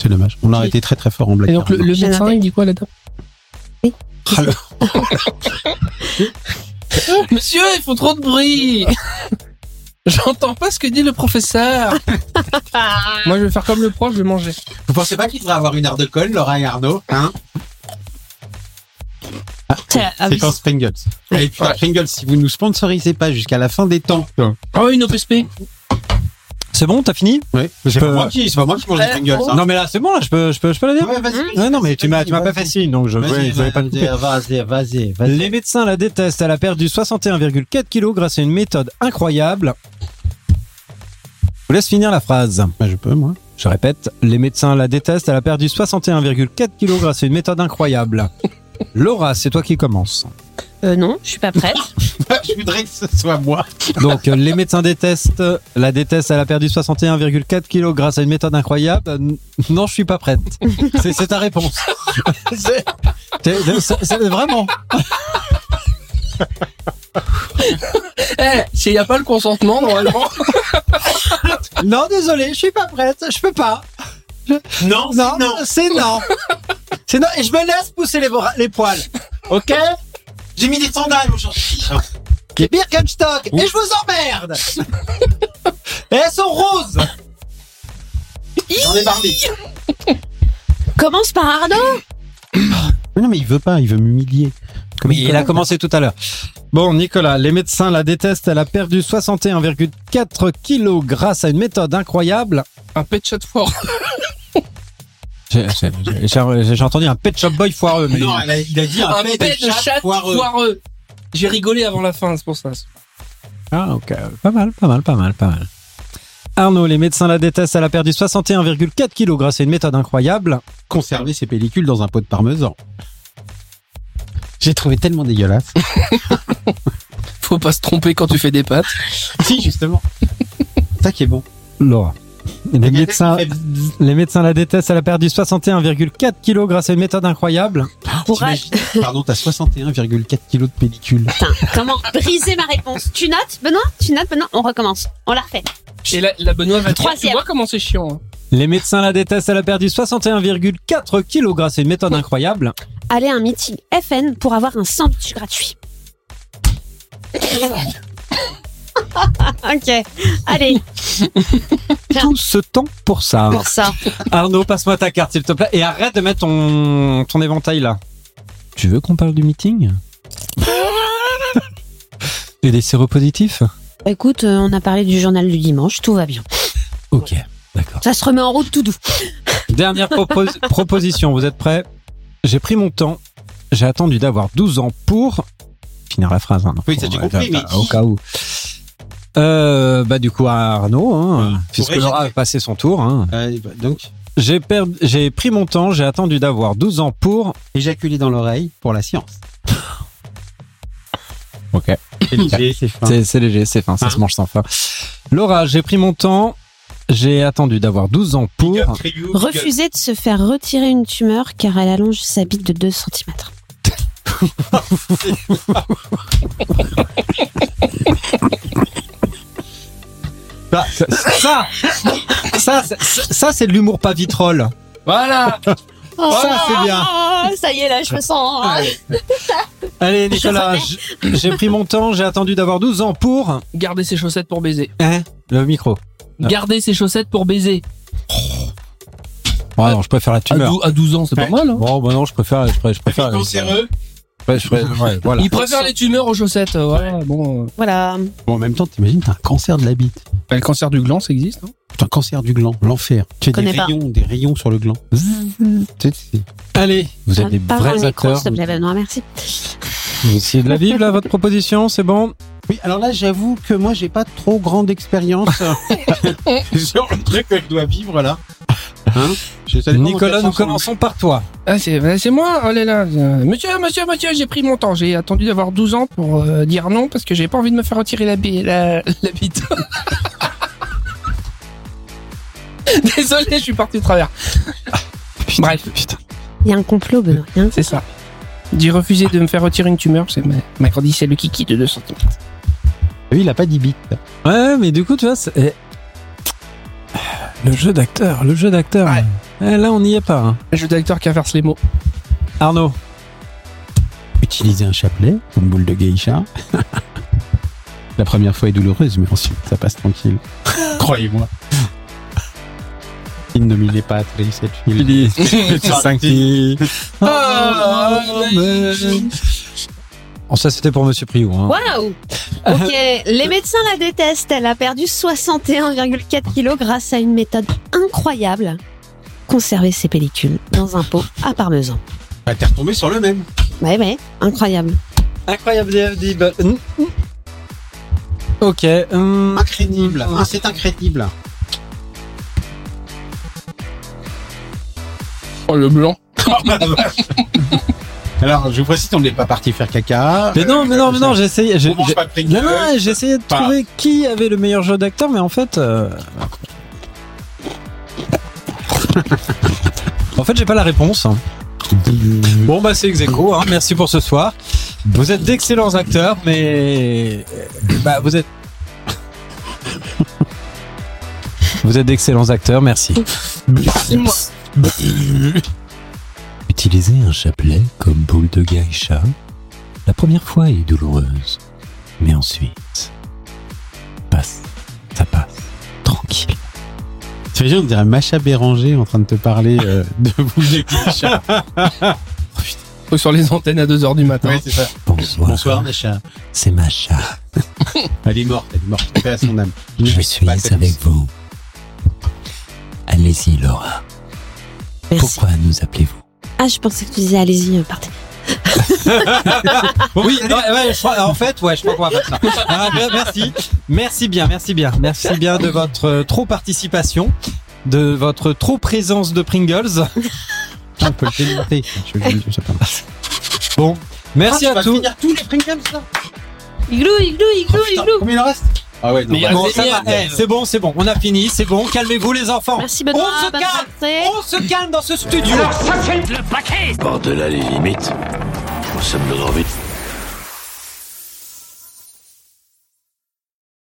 A: C'est dommage. On aurait été très très fort en blague. Ah,
B: Et donc, le, le
D: J'ai
B: médecin,
D: noté.
B: il dit quoi là-dedans Monsieur, ils font trop de bruit J'entends pas ce que dit le professeur Moi, je vais faire comme le prof, je vais manger.
A: Vous pensez pas qu'il devrait avoir une heure de colle, Laura et Arnaud hein Ah,
D: C'est la- ah oui.
A: séquence Pringles. Et puis Pringles, si vous nous sponsorisez pas jusqu'à la fin des temps,
B: Ah oui, une OPSP
E: C'est bon, t'as fini
A: ouais, c'est
E: peux-
A: pas moi qui, c'est pas moi qui mange des Pringles. hein.
E: Non, mais là, c'est bon, là, je peux, je peux, je peux la dire
A: Ouais, vas-y, vas-y,
E: Ouais, non, Hein mais
A: vas-y,
E: tu m'as, tu m'as pas
A: vas-y.
E: fait signe, donc je, ouais,
A: Vas-y,
E: je vais pas te couper.
A: vas-y, vas-y, vas-y.
E: Les médecins la détestent. Elle a perdu 61,4 kilos grâce à une méthode incroyable. Je vous laisse finir la phrase.
A: Bah, je peux, moi.
E: Je répète, les médecins la détestent. Elle a perdu 61,4 kilos grâce à une méthode incroyable. Laura, c'est toi qui commence.
D: Euh, non, je suis pas prête.
A: je voudrais que ce soit moi.
E: Donc, euh, les médecins détestent, euh, la détestent, elle a perdu 61,4 kilos grâce à une méthode incroyable. Euh, n- Non, je suis pas prête. C'est c'est ta réponse. C'est- c'est- c'est- c'est vraiment.
B: Eh, s'il n'y a pas le consentement, normalement...
E: Non, désolé, je suis pas prête, je peux pas.
A: Non,
E: Non, c'est non. C'est non, et je me laisse pousser les, bras- les poils. Ok
A: J'ai mis des sandales aujourd'hui.
E: Et Birkenstock, et je vous emmerde. Et elles sont roses.
A: J'en ai barbé.
D: Commence par Arnaud.
A: Mais non, mais il veut pas, il veut m'humilier.
E: Oui, il a commencé tout à l'heure. Bon, Nicolas, les médecins la détestent. Elle a perdu 61,4 kilos grâce à une méthode incroyable.
B: Un pet shot fort.
E: J'ai- j'ai- J'ai j'ai entendu un pet shop boy foireux. Mais...
A: Non, elle a- il a dit un,
B: Un pet de chat
A: foireux.
B: foireux J'ai rigolé avant la fin, c'est pour ça.
E: Ah, ok. Pas mal, pas mal, pas mal, pas mal. Arnaud, les médecins la détestent. Elle a perdu 61,4 kilos grâce à une méthode incroyable.
A: Conserver ses pellicules dans un pot de parmesan. J'ai trouvé tellement dégueulasse.
B: Faut pas se tromper quand tu fais des pâtes.
A: si, justement. Ça qui est bon.
E: Laura. Les médecins, les médecins la détestent. Elle a perdu 61,4 kilos grâce à une méthode incroyable.
D: Pour un-
A: T'imagines Pardon, t'as 61,4 kilos de pellicule.
D: Putain, comment briser ma réponse Tu notes, Benoît Tu notes, Benoît On recommence. On la refait.
B: Et la, la Benoît va dire, tu
D: Troisième.
B: vois comment c'est chiant. hein.
E: Les médecins la détestent. Elle a perdu 61,4 kilos grâce à une méthode incroyable.
D: Aller à un meeting FN pour avoir un sandwich gratuit. ok. Allez,
E: Tout ce temps pour ça.
D: pour ça.
E: Arnaud, passe-moi ta carte, s'il te plaît. Et arrête de mettre ton, ton éventail là. Tu veux qu'on parle du meeting Et des séropositifs
D: Écoute, euh, on a parlé du journal du dimanche, tout va bien.
E: Ok, d'accord.
D: Ça se remet en route tout doux.
E: Dernière propos- proposition, vous êtes prêts J'ai pris mon temps, j'ai attendu d'avoir 12 ans pour finir la phrase. hein, donc
A: Oui,
E: pour-
A: ça, j'ai compris, mais
E: Au
A: dis.
E: cas où. Euh, bah du coup à Arnaud, hein, puisque
A: régénérer.
E: Laura a passé son tour. hein.
A: Euh, bah, donc,
E: J'ai per- j'ai pris mon temps, j'ai attendu d'avoir 12 ans pour
A: éjaculer dans l'oreille pour la science.
E: Ok.
A: C'est léger, c'est fin.
E: C'est, c'est léger, c'est fin, ça se mange sans fin. Hein. Laura, j'ai pris mon temps. J'ai attendu d'avoir 12 ans pour.
D: Refuser de se faire retirer une tumeur car elle allonge sa bite de 2 cm.
E: Ça, ça, ça, c'est- ça, c'est de l'humour pas vitrole.
B: Voilà.
E: ça, Ah, c'est bien.
D: Oh, ça y est, là, je me sens. hein.
E: Allez, Nicolas, j- j'ai pris mon temps. J'ai attendu d'avoir 12 ans pour.
B: Garder ses chaussettes pour baiser.
E: Hein le micro. Ah.
B: Garder ses chaussettes pour baiser.
E: Oh non, je préfère la
B: À,
E: tumeur.
B: dou- à 12 ans, c'est pas mal. Hein.
E: Bon, bah non, je préfère. Je préfère. Je préfère, Ouais, je préfère- ouais, voilà.
B: Il préfère les tumeurs aux chaussettes. euh, Voilà, bon. euh.
D: Voilà.
A: Bon, en même temps, t'imagines, t'as un cancer de la bite.
B: Bah, le cancer du gland, ça existe. hein.
A: Putain, cancer du gland, l'enfer. Tu as des
D: Connais pas.
A: rayons, des rayons sur le gland. Tu sais, c'est-
E: Allez, vous êtes des
D: Parle dans le
E: vrais
D: micro,
E: acteurs.
D: s'il te plaît, Benoît, merci.
E: Vous essayez de la vivre là, votre proposition, c'est bon.
A: Oui, alors là, j'avoue que moi, j'ai pas trop grande expérience sur le truc qu'elle doit vivre là. Hein Je sais pas
E: Nicolas,
A: comment
E: nous
A: ça ressemble.
E: commençons par toi.
B: Ah, c'est bah, c'est moi, oh là là. Euh, Monsieur, monsieur, monsieur, j'ai pris mon temps. J'ai attendu d'avoir 12 ans pour euh, dire non parce que j'ai pas envie de me faire retirer la, bi- la, la bite. Désolé, je suis parti de travers. Bref,
D: Il y a un complot, Benoît. il y a un-
B: c'est ça. J'ai refusé de me faire retirer une tumeur, c'est ma, ma grandissait le kiki de 2 cm.
A: Lui, il a pas dit bite.
E: Ouais, mais du coup, tu vois, c'est... eh, Le jeu d'acteur, le jeu d'acteur.
B: Ouais.
E: Eh, là, on n'y est pas. hein.
B: Un jeu d'acteur qui inverse les mots.
E: Arnaud,
A: Utiliser un chapelet, une boule de geisha. La première fois est douloureuse, mais ensuite, ça passe tranquille. Croyez-moi. Il ne m'y est pas attelé, cette fille.
E: Billy,
B: Ah,
E: Bon, Oh, ça, c'était pour Monsieur Priou. hein.
D: Waouh Ok, les médecins la détestent. Elle a perdu 61,4 kilos grâce à une méthode incroyable. Conserver ses pellicules dans un pot à parmesan.
A: Bah, t'es retombé sur le même.
D: Ouais, ouais, incroyable.
E: Incroyable, des- des- bah, hum, hum. Ok. hum.
A: Incrédible. Ah, c'est incrédible.
B: Oh, le blanc.
A: Alors, je vous précise, on n'est pas parti faire caca.
E: Mais non, mais non, mais non, j'ai essayé. j'ai-
A: On mange
E: j'ai-
A: pas de Pringles.
E: Non, non, j'ai essayé de
A: Voilà.
E: trouver qui avait le meilleur jeu d'acteur, mais en fait. euh, en fait, j'ai pas la réponse. hein. Bon, bah, c'est ex aequo, hein. Merci pour ce soir. Vous êtes d'excellents acteurs, mais. Bah, vous êtes. Vous êtes d'excellents acteurs, merci. Utiliser un chapelet comme boule de gaïcha, la première fois est douloureuse, mais ensuite, passe, ça passe, tranquille.
A: Tu imagines, on dirait Macha Béranger en train de te parler euh, de boule de geisha.
B: Sur les antennes à 2h du matin.
A: Ouais, c'est ça.
E: Bonsoir,
A: Bonsoir, Macha.
E: c'est Macha,
A: Elle est morte, elle est morte. Paix à son âme.
E: je suis
A: Pas de-
E: avec vous. Allez-y Laura,
D: Merci.
E: pourquoi nous appelez-vous
D: Ah, je pensais que tu disais, allez-y, euh, partez.
E: Ah, Oui, non, ouais, je crois- en fait, ouais, je crois qu'on va faire ça. Ah, bien, Merci, merci bien, merci bien, merci bien de votre euh, trop participation, de votre trop présence de Pringles.
A: On peut le démonter. Je, je- je sais pas.
E: Bon,
A: Ah, tu
E: merci à
A: vas
E: tous.
A: finir tous les Pringles, là
D: Igloo, igloo,
A: Oh,
D: igloo,
A: putain,
D: igloo.
A: Combien il en reste Ah ouais, non, bah,
B: Mais il y a-
E: Bon, ça va,
B: Daniel.
E: eh, c'est bon, c'est bon, on a fini, c'est bon, calmez-vous les enfants.
D: Merci Benoît,
E: On se
D: bonne
E: calme.
D: rentrée.
E: On se calme dans ce studio.
F: Alors ça c'est le paquet
H: Par-delà les limites, nous sommes de droit vite.